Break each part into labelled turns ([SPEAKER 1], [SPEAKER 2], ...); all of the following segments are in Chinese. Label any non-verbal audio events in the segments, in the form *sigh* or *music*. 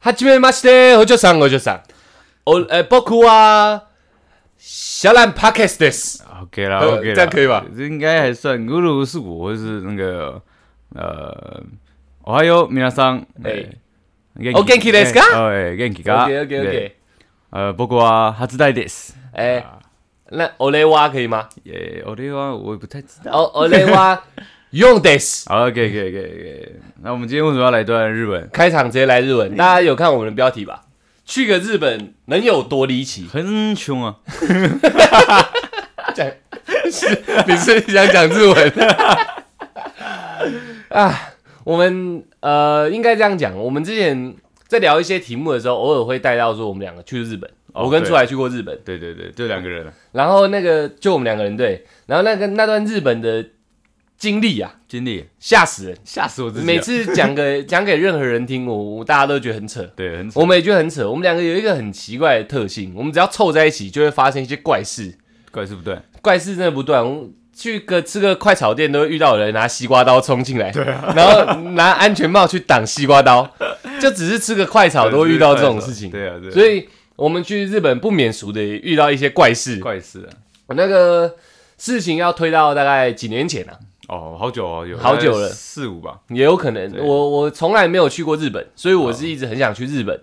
[SPEAKER 1] はじめまして、お嬢さん、お嬢さん。お、え、僕は、小兰 p a k e s です。
[SPEAKER 2] OK 啦
[SPEAKER 1] 呃
[SPEAKER 2] ，OK 啦，
[SPEAKER 1] 这样可以吧
[SPEAKER 2] 这应该还算。如果是我，或是那个呃，おはよう皆さん。
[SPEAKER 1] 哎
[SPEAKER 2] 元
[SPEAKER 1] お元気ですか
[SPEAKER 2] 哎，元気か。
[SPEAKER 1] OK OK
[SPEAKER 2] 对
[SPEAKER 1] OK。
[SPEAKER 2] 呃，僕は初台です。
[SPEAKER 1] 哎，那 o l 哇可以吗？
[SPEAKER 2] 也，我的话我也不太知道。
[SPEAKER 1] 哦 o l *laughs* 哇用 this。
[SPEAKER 2] 好，OK，OK，OK，OK。那我们今天为什么要来一段日文？？
[SPEAKER 1] 开场直接来日文，大家有看我们的标题吧？去个日本能有多离奇
[SPEAKER 2] 很穷啊！
[SPEAKER 1] *laughs* 你是想讲 *laughs* 日文啊？我们呃，应该这样讲，我们之前在聊一些题目的时候，偶尔会带到说我们两个去日本，
[SPEAKER 2] 哦
[SPEAKER 1] 我跟
[SPEAKER 2] 对
[SPEAKER 1] 出来去过日本，
[SPEAKER 2] 对对对，就两个人了，
[SPEAKER 1] 然后那个就我们两个人对，然后那个那段日本的经历啊，
[SPEAKER 2] 经历
[SPEAKER 1] 吓死人！
[SPEAKER 2] 吓死我自己了。
[SPEAKER 1] 每次讲
[SPEAKER 2] *laughs*
[SPEAKER 1] 给讲给任何人听，我我大家都觉得很扯。
[SPEAKER 2] 对，很
[SPEAKER 1] 我们也觉得很扯，我们两个有一个很奇怪的特性，我们只要凑在一起，就会发生一些怪事。
[SPEAKER 2] 怪事不断。
[SPEAKER 1] 怪事真的不断。我们去个吃个快炒店，都会遇到有人拿西瓜刀冲进来，
[SPEAKER 2] 啊
[SPEAKER 1] 然后拿安全帽去挡西瓜
[SPEAKER 2] *laughs*
[SPEAKER 1] 刀，就只是吃个快炒都会遇到这种事情。
[SPEAKER 2] 对啊，对啊。
[SPEAKER 1] 所以我们去日本不免俗的也遇到一些怪事。
[SPEAKER 2] 怪事啊！
[SPEAKER 1] 我那个事情要推到大概几年前啊，
[SPEAKER 2] 哦，好久哦，有
[SPEAKER 1] 好久了
[SPEAKER 2] 大概四五吧。
[SPEAKER 1] 也有可能。我我从来没有去过日本，所以我是一直很想去日本。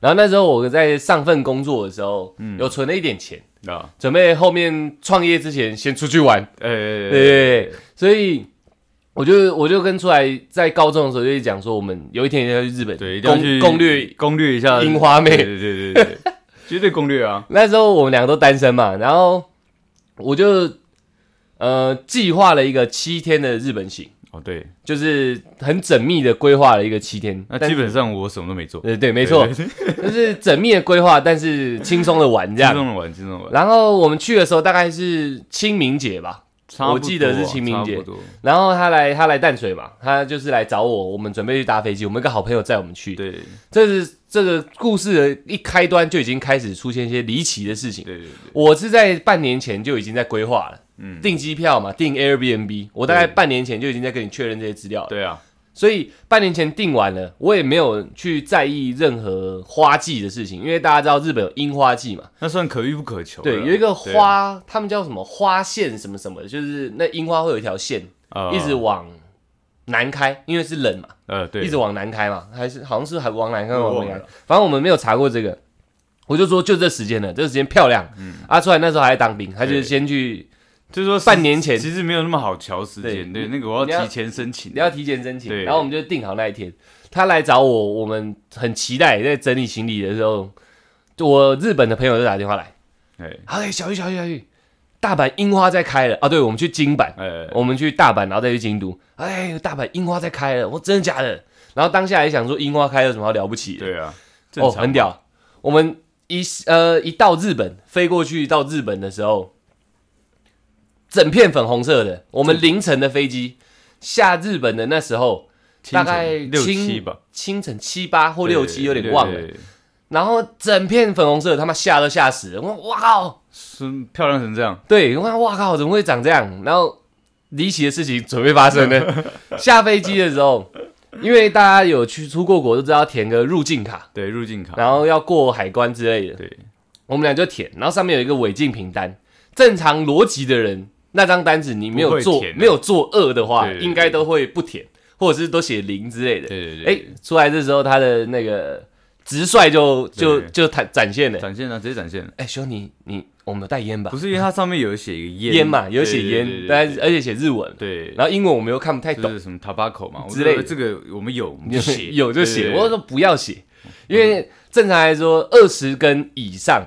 [SPEAKER 1] 然后那时候我在上份工作的时候，
[SPEAKER 2] 嗯
[SPEAKER 1] 有存了一点钱，
[SPEAKER 2] 啊，
[SPEAKER 1] 准备后面创业之前先出去玩。
[SPEAKER 2] 哎哎，
[SPEAKER 1] 네,
[SPEAKER 2] 哎哎
[SPEAKER 1] 对，所以我就我就跟出来在高中的时候就讲说，我们有一天一定要去日本，
[SPEAKER 2] 对，一定要
[SPEAKER 1] 攻
[SPEAKER 2] 去
[SPEAKER 1] 攻略。
[SPEAKER 2] 攻略一下
[SPEAKER 1] 樱花妹
[SPEAKER 2] 对对对对对，绝对攻略啊！
[SPEAKER 1] 那时候我们两个都单身嘛，然后我就呃计划了一个七天的日本行，
[SPEAKER 2] *laughs* 哦，对，
[SPEAKER 1] 就是很缜密的规划了一个七天。
[SPEAKER 2] 那
[SPEAKER 1] 但
[SPEAKER 2] 基本上我什么都没做，
[SPEAKER 1] 呃对，没错，
[SPEAKER 2] 对对对
[SPEAKER 1] *laughs* 就是缜密的规划，但是轻松的玩这
[SPEAKER 2] *laughs* 轻
[SPEAKER 1] 样。
[SPEAKER 2] 松的玩，轻松的玩。
[SPEAKER 1] 然后我们去的时候大概是清明节吧，
[SPEAKER 2] 差不多啊
[SPEAKER 1] 我记得是清明节
[SPEAKER 2] 差不多
[SPEAKER 1] 然后他来，他来淡水嘛，他就是来找我，我们准备去搭飞机，我们一个好朋友载我们去。
[SPEAKER 2] 对
[SPEAKER 1] 这是这个故事的一开端就已经开始出现一些离奇的事情。
[SPEAKER 2] 对对对，
[SPEAKER 1] 我是在半年前就已经在规划了，
[SPEAKER 2] 嗯，
[SPEAKER 1] 订机票嘛，订 Airbnb，我大概
[SPEAKER 2] 对
[SPEAKER 1] 半年前就已经在跟你确认这些资料了。
[SPEAKER 2] 对啊，
[SPEAKER 1] 所以半年前订完了，我也没有去在意任何花季的事情，因为大家知道日本有樱花季嘛，
[SPEAKER 2] 那算可遇不可求的
[SPEAKER 1] 对，
[SPEAKER 2] 啦。
[SPEAKER 1] 有一个
[SPEAKER 2] 哦对啊，
[SPEAKER 1] 花，他们叫什么花线什么什么的，就是那樱花会有一条线，
[SPEAKER 2] 啊
[SPEAKER 1] 一直往南开，因为是冷嘛，
[SPEAKER 2] 呃对，
[SPEAKER 1] 一直往南开嘛，还是好像是还往南开，往
[SPEAKER 2] 我
[SPEAKER 1] 南
[SPEAKER 2] 忘
[SPEAKER 1] 开
[SPEAKER 2] 了，
[SPEAKER 1] 反正我们没有查过这个。我就说就这时间了，这时间漂亮。阿川那时候还在当兵，他就是
[SPEAKER 2] 嗯对
[SPEAKER 1] 先去，
[SPEAKER 2] 就是说
[SPEAKER 1] 半年前
[SPEAKER 2] 其实没有那么好瞧时间，
[SPEAKER 1] 对
[SPEAKER 2] 对，那个我
[SPEAKER 1] 你要
[SPEAKER 2] 要提前申请
[SPEAKER 1] 你，要提前申请，
[SPEAKER 2] 对
[SPEAKER 1] 然后我们就定好那一天。他来找我，我们很期待，在整理行李的时候，就我日本的朋友就打电话来，
[SPEAKER 2] 哎
[SPEAKER 1] 哎，小玉，小玉，小玉，大阪樱花在开了啊！对，我们去京阪，
[SPEAKER 2] 哎，
[SPEAKER 1] 我们去大阪，然后再去京都。哎，大阪樱花在开了，我真的假的？然后当下也想说，樱花开有什么好了不起的？
[SPEAKER 2] 对啊，正
[SPEAKER 1] 哦，
[SPEAKER 2] 常
[SPEAKER 1] 很屌。我们一呃一到日本，飞过去到日本的时候，整片粉红色的。我们凌晨的飞机下日本的那时候，
[SPEAKER 2] 清
[SPEAKER 1] 大
[SPEAKER 2] 晨
[SPEAKER 1] 概
[SPEAKER 2] 六
[SPEAKER 1] 清
[SPEAKER 2] 七吧，
[SPEAKER 1] 清晨七八或六七，
[SPEAKER 2] 对
[SPEAKER 1] 有点忘了。，
[SPEAKER 2] 对对对
[SPEAKER 1] 然后整片粉红色，他妈吓都吓死了。我哇靠！
[SPEAKER 2] 是漂亮成这样，
[SPEAKER 1] 对，我看哇靠，怎么会长这样？然后离奇的事情准备发生
[SPEAKER 2] *laughs*
[SPEAKER 1] 了。下飞机的时候，因为大家有去出过国都知道填个入境卡，
[SPEAKER 2] 对，入境卡，
[SPEAKER 1] 然后要过海关之类的。
[SPEAKER 2] 对，
[SPEAKER 1] 我们俩就填，然后上面有一个违禁凭单。正常逻辑的人，那张单子你没有
[SPEAKER 2] 不
[SPEAKER 1] 做
[SPEAKER 2] 会填啊
[SPEAKER 1] 没有作恶的话，
[SPEAKER 2] 对对对
[SPEAKER 1] 应该都会不填，或者是都写零之类的。
[SPEAKER 2] 对对
[SPEAKER 1] 哎
[SPEAKER 2] 对，，
[SPEAKER 1] 出来的时候他的那个直率就就
[SPEAKER 2] 对
[SPEAKER 1] 就展展现了。
[SPEAKER 2] 展现了，啊直接展现了。
[SPEAKER 1] 哎，兄弟，你我们有带烟吧
[SPEAKER 2] 不？是因为它上面有写一个烟
[SPEAKER 1] 烟嘛，有写
[SPEAKER 2] 对
[SPEAKER 1] 烟，
[SPEAKER 2] 对对
[SPEAKER 1] 但
[SPEAKER 2] 对
[SPEAKER 1] 而且写日文，
[SPEAKER 2] 对，
[SPEAKER 1] 然后英文我们又看不太
[SPEAKER 2] 就
[SPEAKER 1] 懂，
[SPEAKER 2] 是什么 tobacco 嘛
[SPEAKER 1] 之类的
[SPEAKER 2] 我觉得这个我们有我们就写，
[SPEAKER 1] 有就写。
[SPEAKER 2] 对
[SPEAKER 1] 我说不要写，因为正常来说二十根以上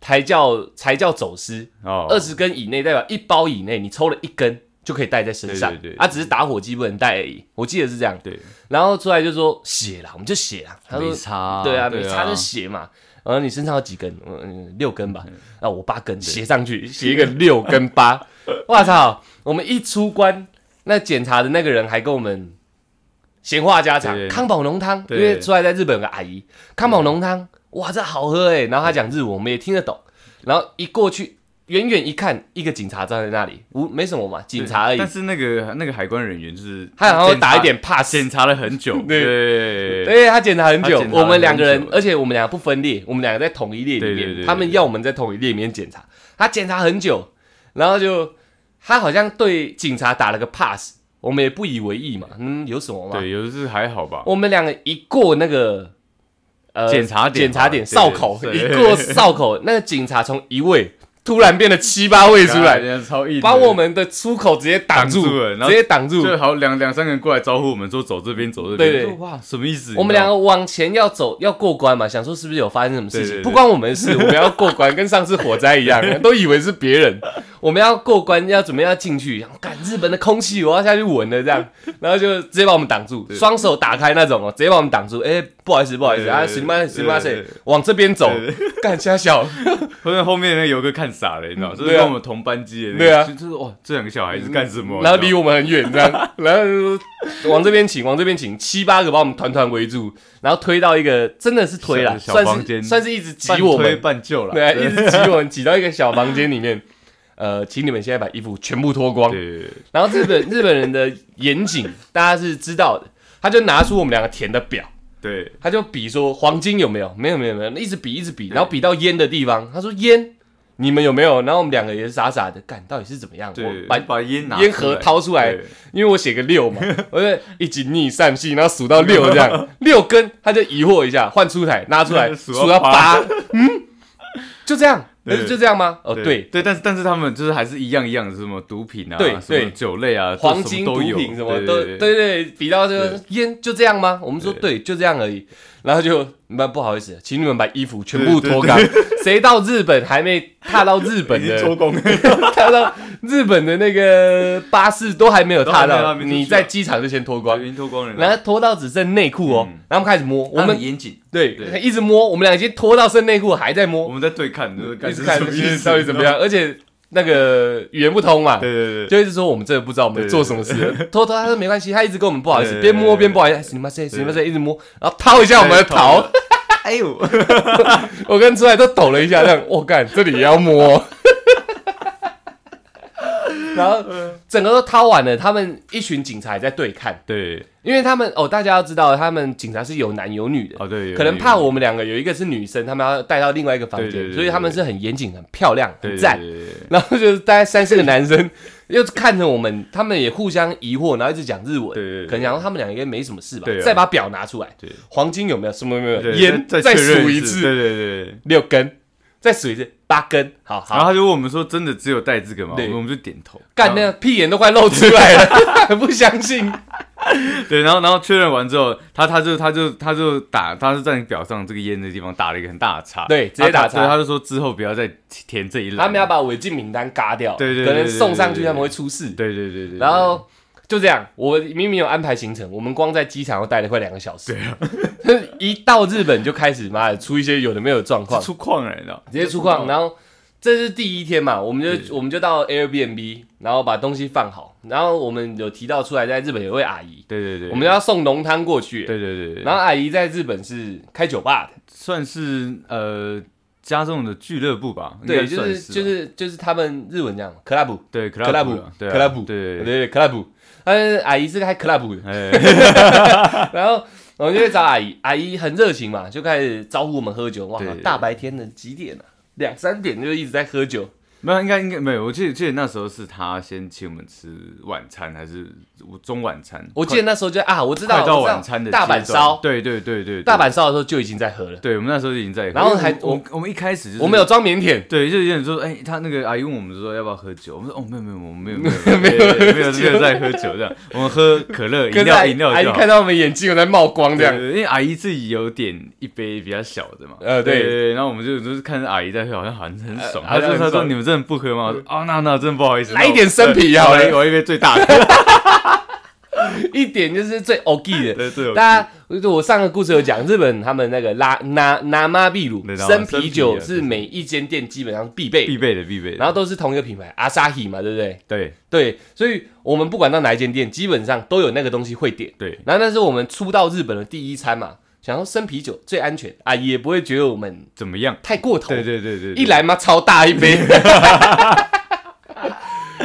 [SPEAKER 1] 才叫才叫走私。
[SPEAKER 2] 哦
[SPEAKER 1] 二十根以内代表一包以内，你抽了一根就可以带在身上，
[SPEAKER 2] 对对对
[SPEAKER 1] 啊，只是打火机不能带而已。我记得是这样。
[SPEAKER 2] 对，
[SPEAKER 1] 然后出来就说写啦，我们就写啦。他说
[SPEAKER 2] 没差，
[SPEAKER 1] 对啊，没差就写嘛。然后你身上有几根？嗯，六根吧。啊，我八根，写上去，写一个六跟 *laughs* 八。我操！我们一出关，那检查的那个人还跟我们闲话家常
[SPEAKER 2] 对，
[SPEAKER 1] 康宝浓汤，因
[SPEAKER 2] 对
[SPEAKER 1] 为出来在日本有个阿姨，欸康宝浓汤，哇，这好喝哎。然后他讲日文，我们也听得懂。然后一过去，远远一看，一个警察站在那里，无没什么嘛，警察而已
[SPEAKER 2] 但。是那个那个海关人员就是
[SPEAKER 1] 他好像打一点 pass，
[SPEAKER 2] 检查了很久，
[SPEAKER 1] 对
[SPEAKER 2] 对
[SPEAKER 1] 对他检查很久
[SPEAKER 2] 他，检查
[SPEAKER 1] 我们两个人
[SPEAKER 2] 很，久
[SPEAKER 1] 而且我们两个不分列，我们两个在同一列里面，
[SPEAKER 2] 对对对
[SPEAKER 1] 他们要我们在同一列里面检查，他检查很久，然后就他好像对警察打了个 pass，我们也不以为意嘛，嗯，有什么嘛？
[SPEAKER 2] 对，有的是还好吧，
[SPEAKER 1] 我们两个一过那个呃
[SPEAKER 2] 检查点
[SPEAKER 1] 检查点
[SPEAKER 2] 嘛对
[SPEAKER 1] 哨口，
[SPEAKER 2] 对
[SPEAKER 1] 一过哨口， *laughs* 那个警察从一位突然变得七八位出
[SPEAKER 2] *laughs*
[SPEAKER 1] 来，
[SPEAKER 2] 人家超硬的，
[SPEAKER 1] 把我们的出口直接挡住，
[SPEAKER 2] 挡住了然后
[SPEAKER 1] 直接挡住，
[SPEAKER 2] 就好两两三个人过来招呼我们说走这边走这边，
[SPEAKER 1] 对对
[SPEAKER 2] 我说哇什么意思？
[SPEAKER 1] 我们
[SPEAKER 2] 你知
[SPEAKER 1] 两
[SPEAKER 2] 道
[SPEAKER 1] 个往前要走，要过关嘛，想说是不是有发生什么事情？
[SPEAKER 2] 对对对
[SPEAKER 1] 不关我们的
[SPEAKER 2] *laughs*
[SPEAKER 1] 事，我们要过关，跟上次火灾一样，都以为是别人。我们要过关，要准备要进去，然后赶日本的空气，我要下去闻了这
[SPEAKER 2] *laughs*
[SPEAKER 1] 样，然后就直接把我们挡住，双手打开那种哦，直接把我们挡住。哎、不好意思，不好意思
[SPEAKER 2] 对对
[SPEAKER 1] 啊，
[SPEAKER 2] 对
[SPEAKER 1] 行吧，行吧，
[SPEAKER 2] 对
[SPEAKER 1] 谁
[SPEAKER 2] 对对
[SPEAKER 1] 往这边走？干瞎小，
[SPEAKER 2] 后面后面那个游客看傻了，你知道，就是
[SPEAKER 1] 对啊
[SPEAKER 2] 跟我们同班级的那个，
[SPEAKER 1] 对啊
[SPEAKER 2] 就就是哇这两个小孩子干什么？
[SPEAKER 1] 然后离
[SPEAKER 2] 我
[SPEAKER 1] 我们很远这样， *laughs* 然后就说往这边请，往这边请，七八个把我们团团围住，然后推到一个真的是推了，
[SPEAKER 2] 小
[SPEAKER 1] 算
[SPEAKER 2] 房
[SPEAKER 1] 是
[SPEAKER 2] 间
[SPEAKER 1] 算是一直挤
[SPEAKER 2] 半
[SPEAKER 1] 我们
[SPEAKER 2] 推。半就了，
[SPEAKER 1] *laughs* 对啊，一直挤我们挤到一个小房间里面。呃，请你们现在把衣服全部脱光。
[SPEAKER 2] 对对
[SPEAKER 1] 然后日本日本人的严谨，大家是知道的。他就拿出我们两个填的表，
[SPEAKER 2] 对，
[SPEAKER 1] 他就比说黄金有没有？没有没有没有，一直比一直比，然后比到烟的地方，他说烟，你们有没有？然后我们两个也是傻傻的，干到底是怎么样？
[SPEAKER 2] 对，
[SPEAKER 1] 我把
[SPEAKER 2] 把烟拿
[SPEAKER 1] 烟盒掏出来
[SPEAKER 2] 对
[SPEAKER 1] 因为我写个六嘛，我就一起逆上戏，然后数到六这样，六根他就疑惑一下，换出台拿出来
[SPEAKER 2] 数
[SPEAKER 1] 数
[SPEAKER 2] 到
[SPEAKER 1] 到八，嗯，就这样，
[SPEAKER 2] 对
[SPEAKER 1] 呃就这样吗？哦，对，
[SPEAKER 2] 对，但是但是他们就是还是一样一样，什么毒品啊，
[SPEAKER 1] 对
[SPEAKER 2] 什么
[SPEAKER 1] 对
[SPEAKER 2] 酒类啊，都
[SPEAKER 1] 黄金
[SPEAKER 2] 什么
[SPEAKER 1] 毒
[SPEAKER 2] 都有
[SPEAKER 1] 品什么
[SPEAKER 2] 对
[SPEAKER 1] 都
[SPEAKER 2] 对
[SPEAKER 1] 对
[SPEAKER 2] 对，
[SPEAKER 1] 对，比到这个烟就这样吗？我们说
[SPEAKER 2] 对
[SPEAKER 1] 对，就这样而已。然后就那不好意思，请你们把衣服全部
[SPEAKER 2] 对对
[SPEAKER 1] 脱光。谁到日本还没踏到日本
[SPEAKER 2] 已经做
[SPEAKER 1] 的，
[SPEAKER 2] 工了，
[SPEAKER 1] 踏到日本的那个巴士都还没有
[SPEAKER 2] 都
[SPEAKER 1] 踏
[SPEAKER 2] 还没
[SPEAKER 1] 到，
[SPEAKER 2] 还没出去啊
[SPEAKER 1] 你在机场就先脱光
[SPEAKER 2] 已，经脱光了。
[SPEAKER 1] 然后脱到只剩内裤哦，然后他们开始摸，我
[SPEAKER 2] 他
[SPEAKER 1] 们
[SPEAKER 2] 很严谨，
[SPEAKER 1] 对
[SPEAKER 2] 嗯对
[SPEAKER 1] 一直摸，我们俩已经脱到剩内裤还在
[SPEAKER 2] 我
[SPEAKER 1] 摸，
[SPEAKER 2] 们在对看，就是
[SPEAKER 1] 一
[SPEAKER 2] 干
[SPEAKER 1] 直
[SPEAKER 2] 是
[SPEAKER 1] 嗯看
[SPEAKER 2] 什么意思
[SPEAKER 1] 到底怎么？样，而且那个语言不通嘛，
[SPEAKER 2] 对对对，
[SPEAKER 1] *laughs* 就一直说我们真的不知道我们做什么事，
[SPEAKER 2] *laughs*
[SPEAKER 1] 偷啊偷他说没关系，他一直跟我们不好意思，
[SPEAKER 2] 对
[SPEAKER 1] 边摸边不好意思，行吧谁行吧谁一直摸，然后掏一下我们的头，
[SPEAKER 2] 哎呦，
[SPEAKER 1] *laughs* 我跟出来都抖了一下，这样，我干这里也要
[SPEAKER 2] *laughs*
[SPEAKER 1] 摸，然后整个都掏完了，他们一群警察也在对看，
[SPEAKER 2] 对，
[SPEAKER 1] 因为他们哦，大家要知道，他们警察是有男有女的，
[SPEAKER 2] 哦对，有
[SPEAKER 1] 可能
[SPEAKER 2] 有
[SPEAKER 1] 怕
[SPEAKER 2] 有
[SPEAKER 1] 我们两个有一个是女生，他们要带到另外一个房
[SPEAKER 2] 对对对
[SPEAKER 1] 间，
[SPEAKER 2] 对
[SPEAKER 1] 所以他们是很严谨、很漂亮、
[SPEAKER 2] 对
[SPEAKER 1] 很
[SPEAKER 2] 对
[SPEAKER 1] 赞。
[SPEAKER 2] 对对对
[SPEAKER 1] 然后就是大概三四个男生，又看着我们，他们也互相疑惑，然后一直讲日文，
[SPEAKER 2] 对对对
[SPEAKER 1] 可能想说他们两个应该没什么事吧
[SPEAKER 2] 对啊。
[SPEAKER 1] 再把表拿出来
[SPEAKER 2] 对，
[SPEAKER 1] 黄金有没有？什么有没有？
[SPEAKER 2] 对
[SPEAKER 1] 烟
[SPEAKER 2] 再
[SPEAKER 1] 再
[SPEAKER 2] 确认
[SPEAKER 1] 数一
[SPEAKER 2] 次，
[SPEAKER 1] 次，
[SPEAKER 2] 对对对对。
[SPEAKER 1] 六根，再数一次，八根，好
[SPEAKER 2] 然后
[SPEAKER 1] 好。
[SPEAKER 2] 他就问我们说：“真的只有带这个吗？”我
[SPEAKER 1] 对
[SPEAKER 2] 们我们就点头，
[SPEAKER 1] 干那个屁眼都快露出来了， *laughs* 不相
[SPEAKER 2] *laughs*
[SPEAKER 1] 信。
[SPEAKER 2] 对，然后然后确认完之后，他他就他就他就打，他是在你表上这个烟的地方打了一个很大的叉，
[SPEAKER 1] 对直接打
[SPEAKER 2] 他
[SPEAKER 1] 叉
[SPEAKER 2] 对，他就说之后不要再填这一栏，
[SPEAKER 1] 他们要把违禁名单嘎掉，
[SPEAKER 2] 对对对
[SPEAKER 1] 可能
[SPEAKER 2] 对对
[SPEAKER 1] 送上去
[SPEAKER 2] 对
[SPEAKER 1] 他们会出事。
[SPEAKER 2] 对对对对，
[SPEAKER 1] 然后就这样，我明明有安排行程，我们光在机场要待了快两个小时。对啊， *laughs* 一到日本就开始妈的出一些有的没有的状
[SPEAKER 2] 对
[SPEAKER 1] 况
[SPEAKER 2] 是，出矿了，你知道，
[SPEAKER 1] 直接出矿。然后这是第一天嘛，我们就我们就到 Airbnb，然后把东西放好。然后我们有提到出来，在日本有位阿姨，
[SPEAKER 2] 对对对，
[SPEAKER 1] 我们要送浓汤过去。
[SPEAKER 2] 对对对对，
[SPEAKER 1] 然后阿姨在日本是开酒吧的，
[SPEAKER 2] 算是呃加重的俱乐部吧，
[SPEAKER 1] 对，
[SPEAKER 2] 应该
[SPEAKER 1] 就
[SPEAKER 2] 算
[SPEAKER 1] 是
[SPEAKER 2] 是吧
[SPEAKER 1] 就是就是他们日文这样，club，
[SPEAKER 2] 对
[SPEAKER 1] club，
[SPEAKER 2] 啦对啊
[SPEAKER 1] club
[SPEAKER 2] 对
[SPEAKER 1] 对
[SPEAKER 2] 对对，
[SPEAKER 1] 对 club，嗯，阿姨是开 club 的，
[SPEAKER 2] 哎， *laughs*
[SPEAKER 1] 然后我们就去找阿姨，阿姨很热情嘛，就开始招呼我们喝酒。哇
[SPEAKER 2] 对对，对
[SPEAKER 1] 大白天的几点啊？两三点就一直在喝酒。
[SPEAKER 2] 没有，应该应该没有，我记得记得那时候是他先请我们吃晚餐还是中晚餐，
[SPEAKER 1] 我记得那时候就啊，我知道，
[SPEAKER 2] 快到
[SPEAKER 1] 我知道
[SPEAKER 2] 晚餐的
[SPEAKER 1] 大
[SPEAKER 2] 阶
[SPEAKER 1] 阪
[SPEAKER 2] 段
[SPEAKER 1] 烧，
[SPEAKER 2] 对对对对，对
[SPEAKER 1] 大阪烧的时候就已经在喝了。
[SPEAKER 2] 对，我们那时候已经在喝，
[SPEAKER 1] 然后还
[SPEAKER 2] 因为我们我们一开始就是
[SPEAKER 1] 我们有装腼腆，
[SPEAKER 2] 对，就有点说，哎、他那个阿姨问我们说要不要喝酒，我们说哦，没有没有，我们没有没有没有没有没有没有在喝酒这样，我们喝可乐饮
[SPEAKER 1] 可是
[SPEAKER 2] 料
[SPEAKER 1] 阿姨
[SPEAKER 2] 饮料
[SPEAKER 1] 阿姨
[SPEAKER 2] 就好
[SPEAKER 1] 看。到我们眼睛有在冒光这
[SPEAKER 2] 对，
[SPEAKER 1] 样。
[SPEAKER 2] 对因为阿姨自己有点一杯比较小的嘛，
[SPEAKER 1] 呃对
[SPEAKER 2] 对对，然后我们就就是看着阿姨在喝，好像很很爽，
[SPEAKER 1] 呃
[SPEAKER 2] 她就
[SPEAKER 1] 好像很
[SPEAKER 2] 她说
[SPEAKER 1] 爽
[SPEAKER 2] 你们真的不喝吗？我说哦，那那真不好意思，
[SPEAKER 1] 来一点生啤
[SPEAKER 2] 那我
[SPEAKER 1] 好了
[SPEAKER 2] 对我来我一杯最大
[SPEAKER 1] *laughs*
[SPEAKER 2] 的，
[SPEAKER 1] 一点就是最 o g 的。
[SPEAKER 2] 对对，
[SPEAKER 1] 大家，我上个故事有讲，日本他们那个拉拿拿妈秘鲁
[SPEAKER 2] 对
[SPEAKER 1] 生啤
[SPEAKER 2] 生啤
[SPEAKER 1] 酒
[SPEAKER 2] 啊
[SPEAKER 1] 是每一间店基本上必备
[SPEAKER 2] 必，备的必备的，
[SPEAKER 1] 然
[SPEAKER 2] 后
[SPEAKER 1] 后都是同一个品牌阿萨 i 嘛，对不对？
[SPEAKER 2] 对
[SPEAKER 1] 对，所以我们不管到哪一间店，基本上都有那个东西会点。
[SPEAKER 2] 对
[SPEAKER 1] 然后那是我们初到日本的第一餐嘛，想要生啤酒最安全啊，也不会觉得我们
[SPEAKER 2] 怎么样？
[SPEAKER 1] 太过头。
[SPEAKER 2] 对对对对，对
[SPEAKER 1] 一来嘛超大一
[SPEAKER 2] *laughs*
[SPEAKER 1] 杯，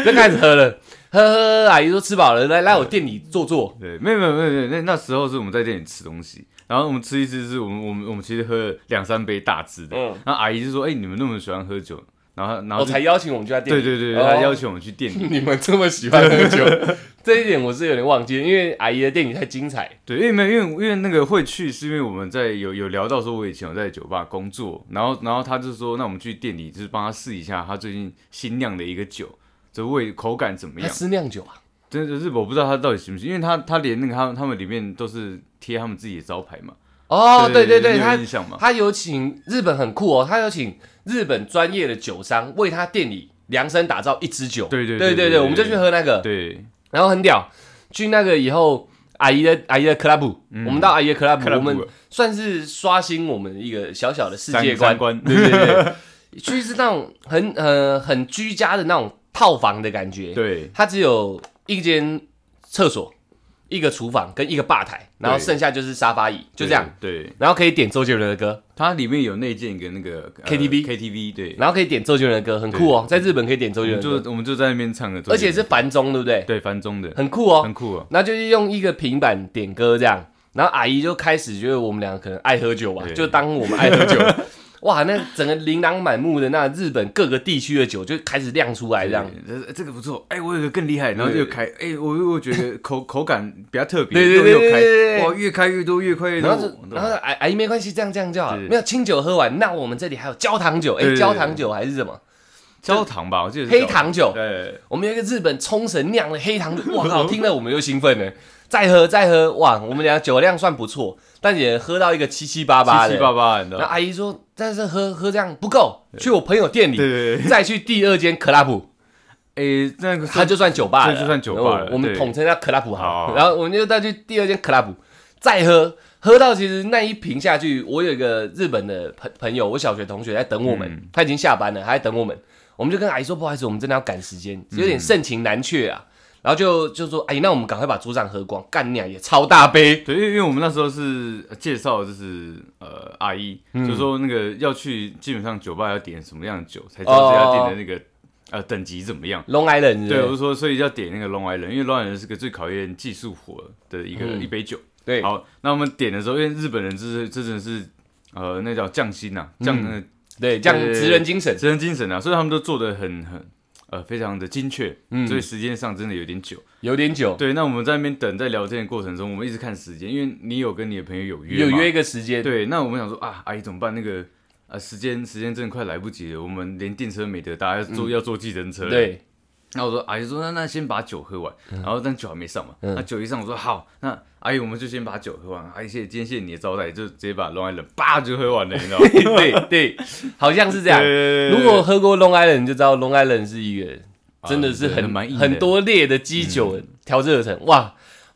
[SPEAKER 1] 就开始喝了，喝喝喝，阿姨说吃饱了，来来我店里坐坐。
[SPEAKER 2] 对，没有没有没有没有，那那时候是我们在店里吃东西，然后我们吃一吃是我们我们我们其实喝了两三杯大支的，
[SPEAKER 1] 嗯
[SPEAKER 2] 然后阿姨就说：“哎、你们那么喜欢喝酒，然后然后
[SPEAKER 1] 我
[SPEAKER 2] 就
[SPEAKER 1] 才邀请我们去他店
[SPEAKER 2] 对
[SPEAKER 1] 里。
[SPEAKER 2] 对对，
[SPEAKER 1] 哦
[SPEAKER 2] 她邀请我们去店里，
[SPEAKER 1] *laughs* 你们这么喜欢喝
[SPEAKER 2] *laughs*
[SPEAKER 1] 酒，这一点我是有点忘记，因为阿姨的店里太精彩。
[SPEAKER 2] 对，因为没有因为因为那个会去是因为我们在有有聊到说，我以前有在酒吧工作，然后然后他就说，那我们去店里就是帮他试一下他最近新酿的一个酒，这味口感怎么
[SPEAKER 1] 他
[SPEAKER 2] 样？
[SPEAKER 1] 吃酿酒啊，
[SPEAKER 2] 真的是我不知道他到底行不行，因为他他连那个他他们里面都是贴他们自己的招牌嘛。
[SPEAKER 1] 哦，对对
[SPEAKER 2] 你
[SPEAKER 1] 对，
[SPEAKER 2] 有
[SPEAKER 1] 他
[SPEAKER 2] 印象吗？
[SPEAKER 1] 他有请日本很酷哦，他有请日本专业的酒商为他店里量身打造一支酒。
[SPEAKER 2] 对对
[SPEAKER 1] 对
[SPEAKER 2] 对对
[SPEAKER 1] 对，我们就去喝那个，
[SPEAKER 2] 对，
[SPEAKER 1] 然后很屌。去那个以后，阿姨的阿姨的 club，我们到阿姨的 club，
[SPEAKER 2] 嗯 club
[SPEAKER 1] 我们算是刷新我们一个小小的世
[SPEAKER 2] 三
[SPEAKER 1] 界
[SPEAKER 2] 三
[SPEAKER 1] 观。
[SPEAKER 2] *laughs* 观，
[SPEAKER 1] 对对对，去是那种很呃很居家的那种套房的感觉。
[SPEAKER 2] 对
[SPEAKER 1] 它只有一间厕所、一个厨房跟一个吧台，然后
[SPEAKER 2] 对
[SPEAKER 1] 剩下就是沙发椅，就这样。。
[SPEAKER 2] 对，对
[SPEAKER 1] 然后可以点周杰伦的歌，
[SPEAKER 2] 它里面有内建跟那个呃
[SPEAKER 1] KTV
[SPEAKER 2] KTV，对，
[SPEAKER 1] 然后可以点周杰伦的歌，很酷哦，在日本可以点周
[SPEAKER 2] 我
[SPEAKER 1] 杰
[SPEAKER 2] 们
[SPEAKER 1] 伦的歌，
[SPEAKER 2] 就我们就在那边唱了，
[SPEAKER 1] 而且是繁中，对不对？
[SPEAKER 2] 对繁中的，
[SPEAKER 1] 很酷哦。
[SPEAKER 2] 很酷啊。
[SPEAKER 1] 那就是用一个平板点歌这样，然后阿姨就开始觉得我们两个可能爱喝酒吧，
[SPEAKER 2] 对
[SPEAKER 1] 就当我们爱
[SPEAKER 2] *laughs*
[SPEAKER 1] 喝酒。哇，那整个琳琅满目的那日本各个地区的酒就开始亮出来，这样。
[SPEAKER 2] 对，呃这个不错，哎，我有个更厉害，然后就开，哎，我又觉
[SPEAKER 1] *laughs*
[SPEAKER 2] 得口口感比较特别，
[SPEAKER 1] 对对
[SPEAKER 2] 又
[SPEAKER 1] 对
[SPEAKER 2] 又
[SPEAKER 1] 对对对
[SPEAKER 2] 开，哇，越开越多，越开越多
[SPEAKER 1] 然后就，然后阿阿姨没关系，这样这样就好了。
[SPEAKER 2] 对
[SPEAKER 1] 没有清酒喝完，那我们这里还有焦糖酒，
[SPEAKER 2] 对
[SPEAKER 1] 哎，
[SPEAKER 2] 对对
[SPEAKER 1] 焦糖酒还是什么
[SPEAKER 2] 焦糖吧，我记得是
[SPEAKER 1] 黑
[SPEAKER 2] 焦，
[SPEAKER 1] 糖酒？
[SPEAKER 2] 对，
[SPEAKER 1] 我们有一个日本冲绳酿的黑糖酒，哇
[SPEAKER 2] *laughs*
[SPEAKER 1] 靠！听了我们又兴奋了，再喝再喝，哇！我们俩酒量算不错，但也喝到一个七七八八
[SPEAKER 2] 七
[SPEAKER 1] 的。
[SPEAKER 2] 七八八，你知道
[SPEAKER 1] 然后
[SPEAKER 2] 吗，
[SPEAKER 1] 阿姨说，但是喝喝这样不够，去我朋友店
[SPEAKER 2] 对
[SPEAKER 1] 里，
[SPEAKER 2] 对对
[SPEAKER 1] 再去第二间 club，
[SPEAKER 2] 对，哎，
[SPEAKER 1] *laughs*
[SPEAKER 2] 那个
[SPEAKER 1] 它就算酒吧了，
[SPEAKER 2] 这就算酒吧了
[SPEAKER 1] 我们
[SPEAKER 2] 对哦
[SPEAKER 1] 统称它 club 好
[SPEAKER 2] 好
[SPEAKER 1] 了。然后我们就再去第二间 club 再喝，喝到其实那一瓶下去，我有一个日本的朋朋友，我小学同学在等我们，
[SPEAKER 2] 嗯
[SPEAKER 1] 他已经下班了，他在等我们。我们就跟阿姨说，不好意思，我们真的要赶时间，
[SPEAKER 2] 嗯
[SPEAKER 1] 有点盛情难却啊。然后就就说，阿哎姨，那我们赶快把桌上喝光，干你啊，也超大杯。
[SPEAKER 2] 对，因为因为我们那时候是呃介绍，就是呃阿姨，就说那个要去，基本上酒吧要点什么样的酒，才知道这家店的那个、呃等级怎么样。
[SPEAKER 1] Long Island，
[SPEAKER 2] 对，我
[SPEAKER 1] 对
[SPEAKER 2] 就说，所以要点那个 Long Island，因为 Long Island 是个最考验技术活的一个、一杯酒。
[SPEAKER 1] 对，
[SPEAKER 2] 好，那我们点的时候，因为日本人就是这真的是呃那叫匠心呐、啊，匠、呃
[SPEAKER 1] 对，这样
[SPEAKER 2] 对
[SPEAKER 1] 职人精神。
[SPEAKER 2] 职人精神啊，所以他们都做的很很呃非常的精确，所以时间上真的有点久。
[SPEAKER 1] 有点久，
[SPEAKER 2] 对，那我们在那边等，在聊天的过程中，我们一直看时间，因为你有跟你的朋友有约
[SPEAKER 1] 有
[SPEAKER 2] 嘛
[SPEAKER 1] 约一个时间，
[SPEAKER 2] 对，那我们想说啊，阿姨怎么办？那个啊，时间时间真的快来不及了，我们连电车没得搭，要坐、要坐计程
[SPEAKER 1] 嗯
[SPEAKER 2] 车。，
[SPEAKER 1] 对，嗯
[SPEAKER 2] 那我说阿姨说那那先把酒喝完，然后但酒还没上嘛，那酒一上我说好，那阿姨我们就先把酒喝完，阿姨谢谢今天谢谢你的招待，就直接把 Long Island 叭就喝完了，你知道吗？
[SPEAKER 1] *laughs* 对对，好像是这样。
[SPEAKER 2] 对啊
[SPEAKER 1] 如果喝过 Long Island，你就知道 Long Island 是一个真的是
[SPEAKER 2] 对
[SPEAKER 1] 很、
[SPEAKER 2] 很蛮硬的嗯
[SPEAKER 1] 很多烈的基酒调制而成。哇，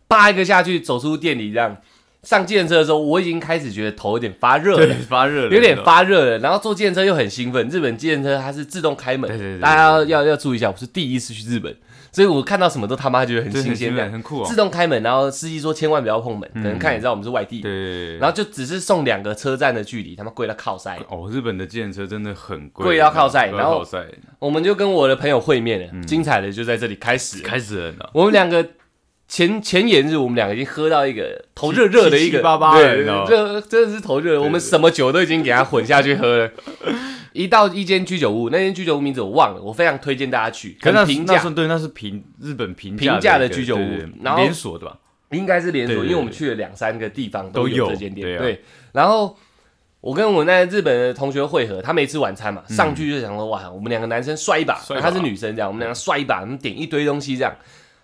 [SPEAKER 1] 扒一个下去，走出店里这样上计程车的时候，我已经开始觉得头有点发热
[SPEAKER 2] 对
[SPEAKER 1] 了。
[SPEAKER 2] 发热了，
[SPEAKER 1] 有点
[SPEAKER 2] 你知道吗。
[SPEAKER 1] 发热了，然后坐计程车又很兴奋。日本计程车它是自动开门，
[SPEAKER 2] 对对对对
[SPEAKER 1] 大家要要要注意一下，我是第一次去日本，所以我看到什么都他妈觉得很
[SPEAKER 2] 对嗯
[SPEAKER 1] 新
[SPEAKER 2] 很
[SPEAKER 1] 鲜
[SPEAKER 2] 兴
[SPEAKER 1] 感
[SPEAKER 2] 奋，。很酷哦
[SPEAKER 1] 自。动开门，然后司机说千万不要碰门，可能看也知道我们是外地，
[SPEAKER 2] 对，
[SPEAKER 1] 然后就只是送两个车站的距离，他妈贵到靠塞。
[SPEAKER 2] 哦，日本的计程车真的很贵，
[SPEAKER 1] 贵要靠晒
[SPEAKER 2] 贵
[SPEAKER 1] 然
[SPEAKER 2] 要
[SPEAKER 1] 后
[SPEAKER 2] 靠晒
[SPEAKER 1] 我们就跟我的朋友会面了，
[SPEAKER 2] 嗯
[SPEAKER 1] 精彩的就在这里开始了。
[SPEAKER 2] 开始了呢。
[SPEAKER 1] 我们两个前前言日，我们两个已经喝到一个头热热的一
[SPEAKER 2] 七
[SPEAKER 1] 个，
[SPEAKER 2] 七八八了
[SPEAKER 1] 对
[SPEAKER 2] 你知道，吗
[SPEAKER 1] 这真的是头热，我们什么酒都已经给它混下去喝了。一到一间居酒屋，那间居酒屋名字我忘了，我非常推荐大家去，
[SPEAKER 2] 可
[SPEAKER 1] 很
[SPEAKER 2] 那
[SPEAKER 1] 平
[SPEAKER 2] 那
[SPEAKER 1] 价
[SPEAKER 2] 时候，对，那是平日本平
[SPEAKER 1] 平价的
[SPEAKER 2] 一个
[SPEAKER 1] 居酒屋
[SPEAKER 2] 对对对
[SPEAKER 1] 然后
[SPEAKER 2] 连锁的吧？
[SPEAKER 1] 应该是连锁，
[SPEAKER 2] 对对对
[SPEAKER 1] 因为我们去了两三个地方
[SPEAKER 2] 都
[SPEAKER 1] 有
[SPEAKER 2] 有
[SPEAKER 1] 这间店。
[SPEAKER 2] 对啊
[SPEAKER 1] 然后我跟我那日本的同学会合，他没吃晚餐嘛，上去就想说哇，我们两个男生摔一把，
[SPEAKER 2] 摔嗯一把
[SPEAKER 1] 她是女生这样，我们两个摔一把，我们点一堆东西这样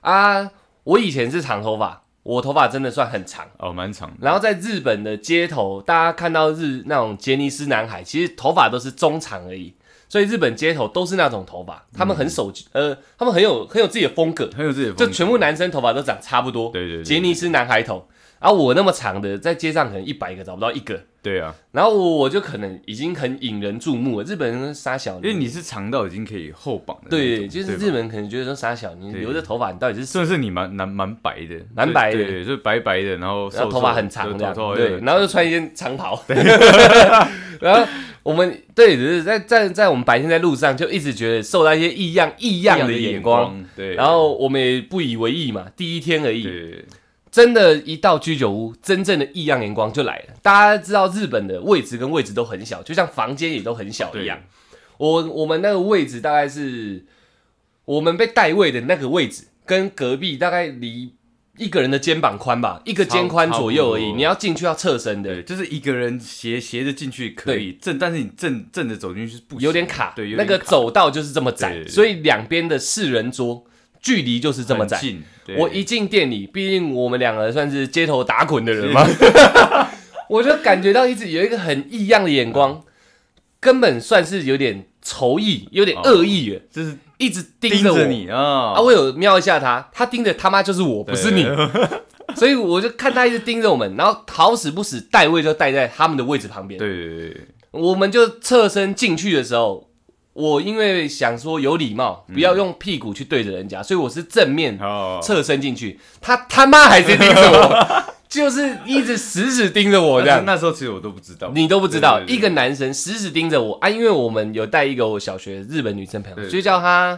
[SPEAKER 1] 啊。我以前是长头发，我头发真的算很长。
[SPEAKER 2] 哦，蛮长的。
[SPEAKER 1] 然后在日本的街头，大家看到日那种杰尼斯男孩，其实头发都是中长而已，所以日本街头都是那种头发，他们很守、呃，他们很有很有自己的风格，
[SPEAKER 2] 很有自己的风
[SPEAKER 1] 就
[SPEAKER 2] 格，
[SPEAKER 1] 全部男生头发都长差不多，
[SPEAKER 2] 对对对
[SPEAKER 1] 杰尼斯男孩头。啊，我那么长的，在街上可能一百个找不到一个，
[SPEAKER 2] 对啊，
[SPEAKER 1] 然后我我就可能已经很引人注目了，日本人傻小，
[SPEAKER 2] 因为你是长到已经可以后绑的那种，
[SPEAKER 1] 对，就是
[SPEAKER 2] 吧
[SPEAKER 1] 日本人可能觉得说傻小，你
[SPEAKER 2] 对
[SPEAKER 1] 留着头发你到底是
[SPEAKER 2] 算是你蛮蛮蛮白的，
[SPEAKER 1] 蛮白的
[SPEAKER 2] 对，对就是白白的，然后
[SPEAKER 1] 然
[SPEAKER 2] 瘦
[SPEAKER 1] 后头发
[SPEAKER 2] 瘦
[SPEAKER 1] 很长
[SPEAKER 2] 对
[SPEAKER 1] 这样，
[SPEAKER 2] 头发
[SPEAKER 1] 对，
[SPEAKER 2] 很
[SPEAKER 1] 然后就穿一件长袍， *laughs* 然后我们对，只是在在在我们白天在路上就一直觉得受到一些异样异样的眼光，，
[SPEAKER 2] 对，
[SPEAKER 1] 然后我们也不以为意嘛，第一天而已，
[SPEAKER 2] 对
[SPEAKER 1] 真的，一到居酒屋，真正的异样眼光就来了。大家知道日本的位置跟位置都很小，就像房间也都很小一样。我我们那个位置大概是我们被带位的那个位置，跟隔壁大概离一个人的肩膀宽吧，一个肩宽左右而
[SPEAKER 2] 差不
[SPEAKER 1] 已。
[SPEAKER 2] 多
[SPEAKER 1] 你要进去要侧身的，
[SPEAKER 2] 对，就是一个人斜斜着进去可以正，但是你正正着走进去是不行
[SPEAKER 1] 有点卡。
[SPEAKER 2] 对，有
[SPEAKER 1] 那个
[SPEAKER 2] 点卡
[SPEAKER 1] 走道就是这么窄，
[SPEAKER 2] 对对对
[SPEAKER 1] 所以两边的四人桌距离就是这么
[SPEAKER 2] 很
[SPEAKER 1] 窄。
[SPEAKER 2] 近，对
[SPEAKER 1] 我一进店里，毕竟我们两个算是街头打滚的人嘛， *laughs* 我就感觉到一直有一个很异样的眼光，根本算是有点仇意，有点恶意了，
[SPEAKER 2] 就是
[SPEAKER 1] 一直盯
[SPEAKER 2] 哦盯
[SPEAKER 1] 着我。
[SPEAKER 2] 着你啊
[SPEAKER 1] 啊，，我有瞄一下他，他盯着他妈就是我，不是你，所以我就看他一直盯着我们，然后好死不死带位就带在他们的位置旁边
[SPEAKER 2] 对，，对对对，
[SPEAKER 1] 我们就侧身进去的时候。我因为想说有礼貌，
[SPEAKER 2] 嗯
[SPEAKER 1] 不要用屁股去对着人家，所以我是正面
[SPEAKER 2] 好，
[SPEAKER 1] 侧身进去，他他妈还是盯着我， *laughs* 就是一直死死盯着我这
[SPEAKER 2] 但是
[SPEAKER 1] 样。
[SPEAKER 2] 那时候其实我都不知道，
[SPEAKER 1] 你都不知道，
[SPEAKER 2] 对对对
[SPEAKER 1] 一个男生死死盯着我啊！因为我们有带一个我小学日本女生朋
[SPEAKER 2] 对
[SPEAKER 1] 友，就叫她，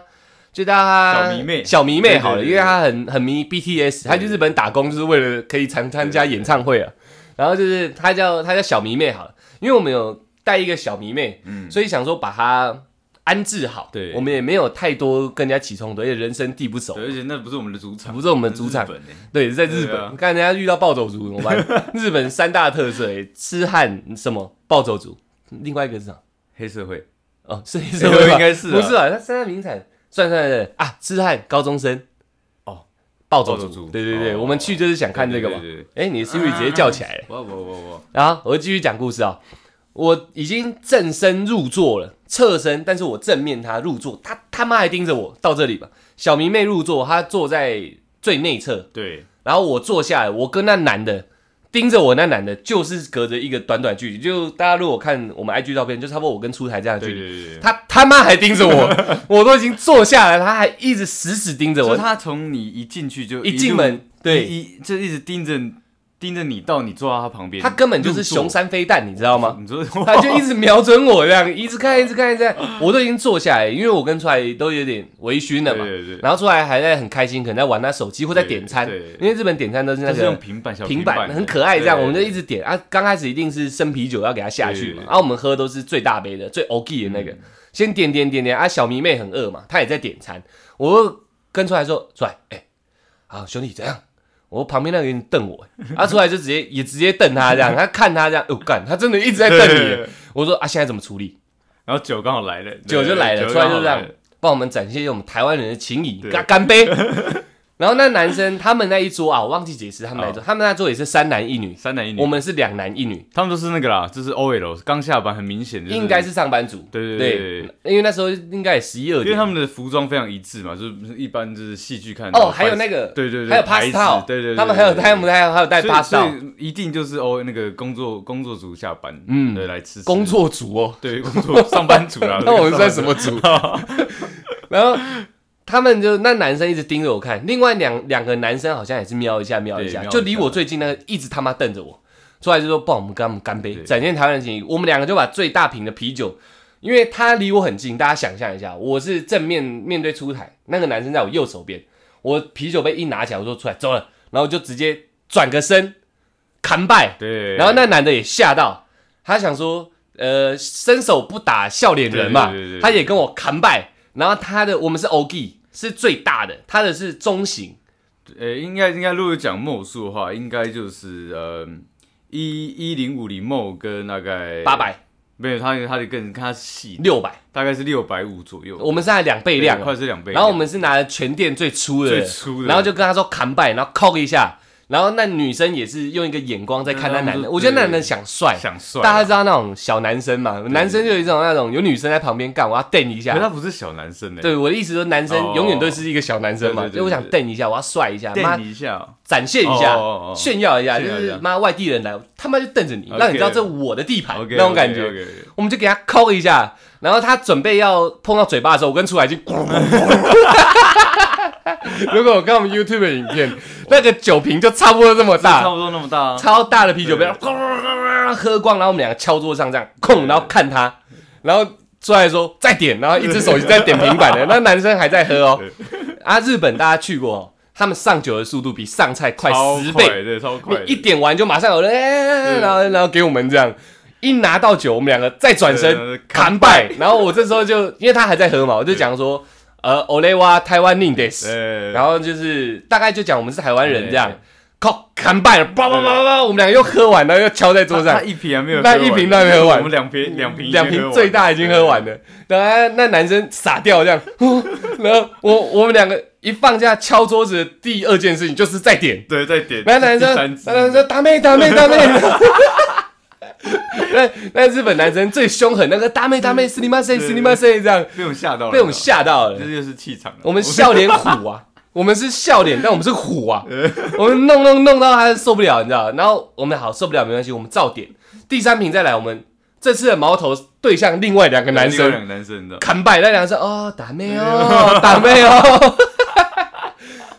[SPEAKER 1] 就叫她
[SPEAKER 2] 小迷妹
[SPEAKER 1] 小迷妹好了，
[SPEAKER 2] 对对对
[SPEAKER 1] 因为她很很迷 BTS，她去日本打工就是为了可以参参加演唱会啊。然后就是她叫她叫小迷妹好了，因为我们有带一个小迷妹，所以想说把她安置好。
[SPEAKER 2] 嗯对
[SPEAKER 1] 我们也没有太多跟人家起冲突，而且人生地不熟，
[SPEAKER 2] 对，而且那不是我们的主场，
[SPEAKER 1] 不是我们的主场
[SPEAKER 2] 那是日本欸
[SPEAKER 1] 对，在日本
[SPEAKER 2] 对啊，
[SPEAKER 1] 看、人家遇到暴走族怎么
[SPEAKER 2] *laughs*
[SPEAKER 1] 办？日本三大特色、欸：痴汉什么暴走族，另外一个是啥？
[SPEAKER 2] 黑社会，
[SPEAKER 1] 哦，
[SPEAKER 2] *laughs*
[SPEAKER 1] 是黑社会吧
[SPEAKER 2] 应该是
[SPEAKER 1] 不
[SPEAKER 2] 啊
[SPEAKER 1] 是啊？他三大名产，算算算啊，痴汉、高中生，哦，暴走
[SPEAKER 2] 暴
[SPEAKER 1] 族，
[SPEAKER 2] 走族
[SPEAKER 1] 对对对，
[SPEAKER 2] 哦
[SPEAKER 1] 我们去就是想看这个嘛。
[SPEAKER 2] 对对对啊
[SPEAKER 1] 哎、你的 Siri 直接叫起来了。
[SPEAKER 2] 我我我我，
[SPEAKER 1] 然后我就继续讲故事啊、我已经正身入座了，侧身，但是我正面他入座，他他妈还盯着我。到这里吧，小迷妹入座，她坐在最内侧，
[SPEAKER 2] 对，
[SPEAKER 1] 然后我坐下来，我跟那男的盯着我，那男的就是隔着一个短短距离，就大家如果看我们 IG 照片，就差不多我跟出台这样的距
[SPEAKER 2] 对
[SPEAKER 1] 离。
[SPEAKER 2] 对对对。
[SPEAKER 1] 他他妈还盯着我，我都已经坐下来，他还一直死死盯着
[SPEAKER 2] 就是
[SPEAKER 1] 我。
[SPEAKER 2] 他从你一进去就
[SPEAKER 1] 一
[SPEAKER 2] 路
[SPEAKER 1] 进门，对
[SPEAKER 2] 一一就一直盯着盯着你到你坐到他旁边，
[SPEAKER 1] 他根本就是
[SPEAKER 2] 入座
[SPEAKER 1] 熊山飞弹，你知道
[SPEAKER 2] *laughs*
[SPEAKER 1] 吗？
[SPEAKER 2] 你说
[SPEAKER 1] 他就一直瞄准我这样，一直看，一直看，一直看。我都已经坐下来，因为我跟出来都有点微醺了嘛。
[SPEAKER 2] 对对对
[SPEAKER 1] 然后出来还在很开心，可能在玩他手机或在
[SPEAKER 2] 对
[SPEAKER 1] 点餐
[SPEAKER 2] 对对，
[SPEAKER 1] 因为日本点餐都是那
[SPEAKER 2] 就是
[SPEAKER 1] 个
[SPEAKER 2] 用平板小
[SPEAKER 1] 平
[SPEAKER 2] 板
[SPEAKER 1] 板很可爱，这样我们就一直
[SPEAKER 2] 直
[SPEAKER 1] 点啊。刚开始一定是生啤酒要给它下去
[SPEAKER 2] 对
[SPEAKER 1] 嘛
[SPEAKER 2] 对，对嗯
[SPEAKER 1] 然后我们喝都是最大杯的、最 OK 的那个，先点点点点啊。小迷妹很饿嘛，她也在点餐，我就跟出来说：“出来，哎，好兄弟怎样？”我旁边那个人瞪我，他、出来就直接也直接瞪他这样，他看他这样，哦干，他真的一直在瞪你。我说啊，现在怎么处理？
[SPEAKER 2] 然后酒刚好来了，
[SPEAKER 1] 酒就来了，出来就这样
[SPEAKER 2] 对，
[SPEAKER 1] 帮我们展现我们台湾人的情谊，
[SPEAKER 2] 对
[SPEAKER 1] 干干杯。 *laughs* 然后那男生他们那一桌啊，我忘记解释他们那一桌，他们那桌也是三男一女，
[SPEAKER 2] 三哦男一女，
[SPEAKER 1] 我们是两男一女，
[SPEAKER 2] 他们都是那个啦，就是 OL 刚下班，很明显就是
[SPEAKER 1] 应该是上班族。
[SPEAKER 2] 对对对
[SPEAKER 1] 对，因为那时候应该也十一二
[SPEAKER 2] 因为
[SPEAKER 1] 点。
[SPEAKER 2] 他们的服装非常一致嘛，就是一般就是戏剧看
[SPEAKER 1] 哦，还有那个，
[SPEAKER 2] 对对对
[SPEAKER 1] 还有
[SPEAKER 2] 牌子
[SPEAKER 1] pastel，
[SPEAKER 2] 对对对
[SPEAKER 1] 他们还有
[SPEAKER 2] 对对
[SPEAKER 1] 他们还有还有带
[SPEAKER 2] 所以所
[SPEAKER 1] pastel，
[SPEAKER 2] 以一定就是哦那个工作工作组下班，
[SPEAKER 1] 嗯
[SPEAKER 2] 对来吃吃
[SPEAKER 1] 工作组哦，
[SPEAKER 2] 对工作上班族
[SPEAKER 1] *laughs*
[SPEAKER 2] 啦，
[SPEAKER 1] 那我们算什
[SPEAKER 2] 么？
[SPEAKER 1] 么组？然后他们就那男生一直盯着我看，另外两两个男生好像也是瞄一下瞄一
[SPEAKER 2] 对
[SPEAKER 1] 下，
[SPEAKER 2] 瞄一下
[SPEAKER 1] 就离我最近那个一直他妈瞪着我，出来就说不好，我们跟他们干杯，
[SPEAKER 2] 对
[SPEAKER 1] 展现台湾人情谊。我们两个就把最大瓶的啤酒，因为他离我很近，大家想象一下，我是正面面对出台，那个男生在我右手边，我啤酒杯一拿起来，我说出来走了，然后就直接转个身，砍拜，
[SPEAKER 2] *laughs* 对，
[SPEAKER 1] 然后那男的也吓到，他想说，呃，伸手不打笑脸人嘛
[SPEAKER 2] 对对对对，
[SPEAKER 1] 他也跟我砍拜。然后他的我们是 OG，是最大的，他的是中型，
[SPEAKER 2] 呃，应该应该，如果讲墨数的话，应该就是呃一一零五零墨跟大概
[SPEAKER 1] 八，百、
[SPEAKER 2] 没有它它的更它细，
[SPEAKER 1] 六百，
[SPEAKER 2] 大概是六百五左右，
[SPEAKER 1] 我们是在两倍
[SPEAKER 2] 对
[SPEAKER 1] 量哦、
[SPEAKER 2] 快是两倍量。
[SPEAKER 1] 然后我们是拿全店最粗的，
[SPEAKER 2] 最粗的
[SPEAKER 1] 然后就跟他说砍拜，然后扣一下，然后那女生也是用一个眼光在看那男
[SPEAKER 2] 对
[SPEAKER 1] 的，我觉得那男的想帅，
[SPEAKER 2] 想帅啊，
[SPEAKER 1] 大家知道那种小男生嘛，男生就有一种那种有女生在旁边干，我要瞪一
[SPEAKER 2] 可是他
[SPEAKER 1] 下。
[SPEAKER 2] 不是小男生欸呢，
[SPEAKER 1] 对，我的意思说，男生
[SPEAKER 2] 哦
[SPEAKER 1] 永远都是一个小男生嘛，
[SPEAKER 2] 对对对
[SPEAKER 1] 所以我想
[SPEAKER 2] 对
[SPEAKER 1] 瞪一下，我要帅一下，妈
[SPEAKER 2] 电一下，
[SPEAKER 1] 展现一下
[SPEAKER 2] 哦哦哦哦，
[SPEAKER 1] 炫耀一下，就
[SPEAKER 2] 炫耀一下
[SPEAKER 1] 是妈外地人来，他妈就瞪着你，
[SPEAKER 2] OK
[SPEAKER 1] 让你知道这我的地盘
[SPEAKER 2] OK，
[SPEAKER 1] 那种感觉。
[SPEAKER 2] OK，OK，OK，
[SPEAKER 1] 我们就给他抠一下，然后他准备要碰到嘴巴的时候，我跟楚海
[SPEAKER 2] *laughs*
[SPEAKER 1] 金，如果我看我们 YouTube 的影片，那个酒瓶就差不多这么
[SPEAKER 2] 差
[SPEAKER 1] 大，
[SPEAKER 2] 不多那么大啊，
[SPEAKER 1] 超大的啤酒杯
[SPEAKER 2] 对，
[SPEAKER 1] 喝光，然后我们两个敲桌上这样，空，然后看他，然后出来说再点，然后一只手机在点平板的，
[SPEAKER 2] *laughs*
[SPEAKER 1] 那男生还在喝哦。啊，日本大家去过哦，他们上酒的速度比上菜快
[SPEAKER 2] 超
[SPEAKER 1] 十倍
[SPEAKER 2] 快，，对，超快
[SPEAKER 1] 你
[SPEAKER 2] 的，
[SPEAKER 1] 一点完就马上有人，哎，
[SPEAKER 2] 对
[SPEAKER 1] 然后然后给我们这样，一拿到酒，我们两个再转
[SPEAKER 2] 对
[SPEAKER 1] 身
[SPEAKER 2] 对对
[SPEAKER 1] 砍败，然后我这时候就因为他还在喝嘛，我就讲说，呃，ole wa Taiwan n i d e s
[SPEAKER 2] 对，
[SPEAKER 1] 然后就是大概就讲我们是台湾人这样
[SPEAKER 2] 对对，
[SPEAKER 1] 靠砍败了，叭叭叭叭叭，我们两个又喝完了，然后又敲在桌
[SPEAKER 2] 他他
[SPEAKER 1] 上，
[SPEAKER 2] 一瓶还没有喝
[SPEAKER 1] 那
[SPEAKER 2] 完，
[SPEAKER 1] 一瓶都还没喝完
[SPEAKER 2] 我们两瓶两瓶已经
[SPEAKER 1] 两
[SPEAKER 2] 喝
[SPEAKER 1] 瓶
[SPEAKER 2] 完
[SPEAKER 1] 最大已经喝完了，然后那男生傻掉这样， *laughs* 然后我我们两个一放下敲桌子，的第二件事情就是再点。
[SPEAKER 2] 对，再点，
[SPEAKER 1] 然后男生，
[SPEAKER 2] 第
[SPEAKER 1] 男
[SPEAKER 2] 三支
[SPEAKER 1] 生说打妹打妹打妹。那那日本男生最凶狠，那个打妹打
[SPEAKER 2] 嗯
[SPEAKER 1] 妹，死你妈谁死你妈谁这样，
[SPEAKER 2] 被我们吓到了，
[SPEAKER 1] 被我们吓到了
[SPEAKER 2] 这。就是气场了，
[SPEAKER 1] 我们笑脸虎
[SPEAKER 2] *laughs*
[SPEAKER 1] 啊，我们是笑脸，但我们是虎啊，
[SPEAKER 2] 呃
[SPEAKER 1] 我们弄弄弄到他受不了，你知道？然后我们好受不了没关系，我们照点，第三瓶再来。我们这次的矛头对向另外两个男
[SPEAKER 2] 另外
[SPEAKER 1] 生，
[SPEAKER 2] 两个男哎生的，
[SPEAKER 1] 砍败那两个说哦，打妹哦，打妹哦， *laughs*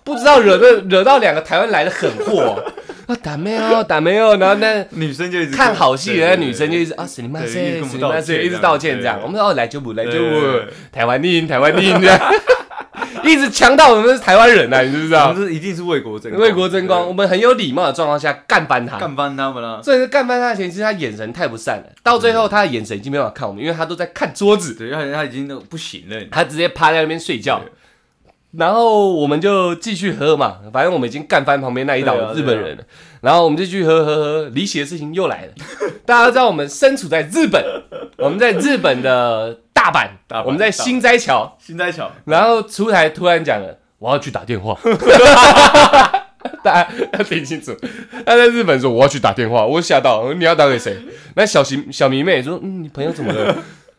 [SPEAKER 1] 不知道惹的惹到两个台湾来的狠货 *laughs* 啊，打妹哦，打妹哦，然后那
[SPEAKER 2] 女生就一
[SPEAKER 1] *laughs*
[SPEAKER 2] 直
[SPEAKER 1] 看好戏的那女生就一直
[SPEAKER 2] 对对
[SPEAKER 1] 啊，死你妈
[SPEAKER 2] 对一直
[SPEAKER 1] 谁，
[SPEAKER 2] 跟我
[SPEAKER 1] 死你
[SPEAKER 2] 们
[SPEAKER 1] 妈
[SPEAKER 2] 道歉
[SPEAKER 1] 谁，一直
[SPEAKER 2] 这样
[SPEAKER 1] 道歉
[SPEAKER 2] 对
[SPEAKER 1] 这样。
[SPEAKER 2] 对
[SPEAKER 1] 我们说哦，来就不来就
[SPEAKER 2] 对对对
[SPEAKER 1] 不，台湾令台湾令这样， *laughs* 一直强调我们是台湾人啊呐，你知不知
[SPEAKER 2] 对我
[SPEAKER 1] 道？
[SPEAKER 2] 们这一定是为国争光
[SPEAKER 1] 为国争光，我们很有礼貌的状况下干翻他，
[SPEAKER 2] 干翻他们啦，
[SPEAKER 1] 所以干翻他的前提是他眼神太不善了，到最
[SPEAKER 2] 嗯
[SPEAKER 1] 后他的眼神已经没办法看我们，因为他都在看桌子。
[SPEAKER 2] 对，他他已经都不行了，
[SPEAKER 1] 他直接趴在那边睡觉
[SPEAKER 2] 对。
[SPEAKER 1] 然后我们就继续喝嘛，反正我们已经干翻旁边那一
[SPEAKER 2] 对
[SPEAKER 1] 岛
[SPEAKER 2] 啊
[SPEAKER 1] 日本人了。然后我们就继续喝喝喝，离奇的事情又
[SPEAKER 2] *laughs*
[SPEAKER 1] 来了。大家都知道我们身处在日本，我们在日本的大阪，
[SPEAKER 2] 大阪
[SPEAKER 1] 我们在新斋桥。
[SPEAKER 2] 新
[SPEAKER 1] *laughs*
[SPEAKER 2] 在桥，
[SPEAKER 1] 然后出台突然讲了，我要去打电话。 *laughs* 大家要听清楚，他在日本说我要去打电话，我吓到，嗯你要打给谁？那小迷小迷妹也说，嗯，你朋友怎么了？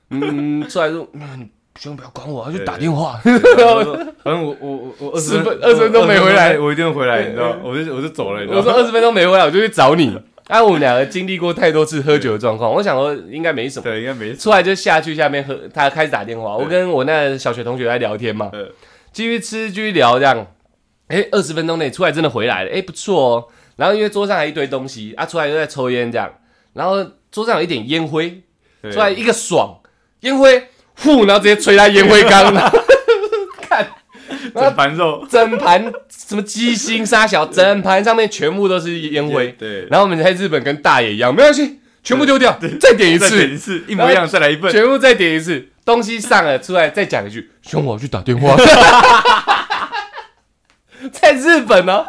[SPEAKER 1] 嗯，出来说，嗯，你千万不要管我，要去打电话。
[SPEAKER 2] 然后
[SPEAKER 1] *laughs*
[SPEAKER 2] 说反正我我我我二
[SPEAKER 1] 十
[SPEAKER 2] 十
[SPEAKER 1] 分二十分钟没回来
[SPEAKER 2] 我一定会回来，你知
[SPEAKER 1] *laughs*
[SPEAKER 2] 道吗，我就我就走了，你知
[SPEAKER 1] 我
[SPEAKER 2] 道
[SPEAKER 1] 说
[SPEAKER 2] 吗，
[SPEAKER 1] 二十分钟没回来，我就去找你。哎，我们两个经历过太多次喝酒的状况，我想说应该没什么。
[SPEAKER 2] *laughs* 对，应该没
[SPEAKER 1] 出来就下去下面喝，他开始打电话，我跟我那小学同学在聊天嘛
[SPEAKER 2] 嗯，
[SPEAKER 1] 继续吃继续聊这样，哎，二十分钟内出来真的回来了，哎，不错哦。然后因为桌上还一堆东西，啊，出来又在抽烟这样，然后桌上有一点烟灰，
[SPEAKER 2] 对
[SPEAKER 1] 出来一个爽，烟灰，呼，然后直接吹他烟灰
[SPEAKER 2] *laughs*
[SPEAKER 1] 缸，然后看
[SPEAKER 2] 整盘肉
[SPEAKER 1] 整盘什么鸡心沙小，整盘上面全部都是烟灰。
[SPEAKER 2] 对，
[SPEAKER 1] 然后我们在日本跟大爷一样，没关系，全部丢掉，再点一
[SPEAKER 2] 再
[SPEAKER 1] 次
[SPEAKER 2] 点，一次一模一样，再来一份，
[SPEAKER 1] 全部再点一次，东西上了出来再讲一句，凶我去打电 *laughs* 话。在日本哦呢、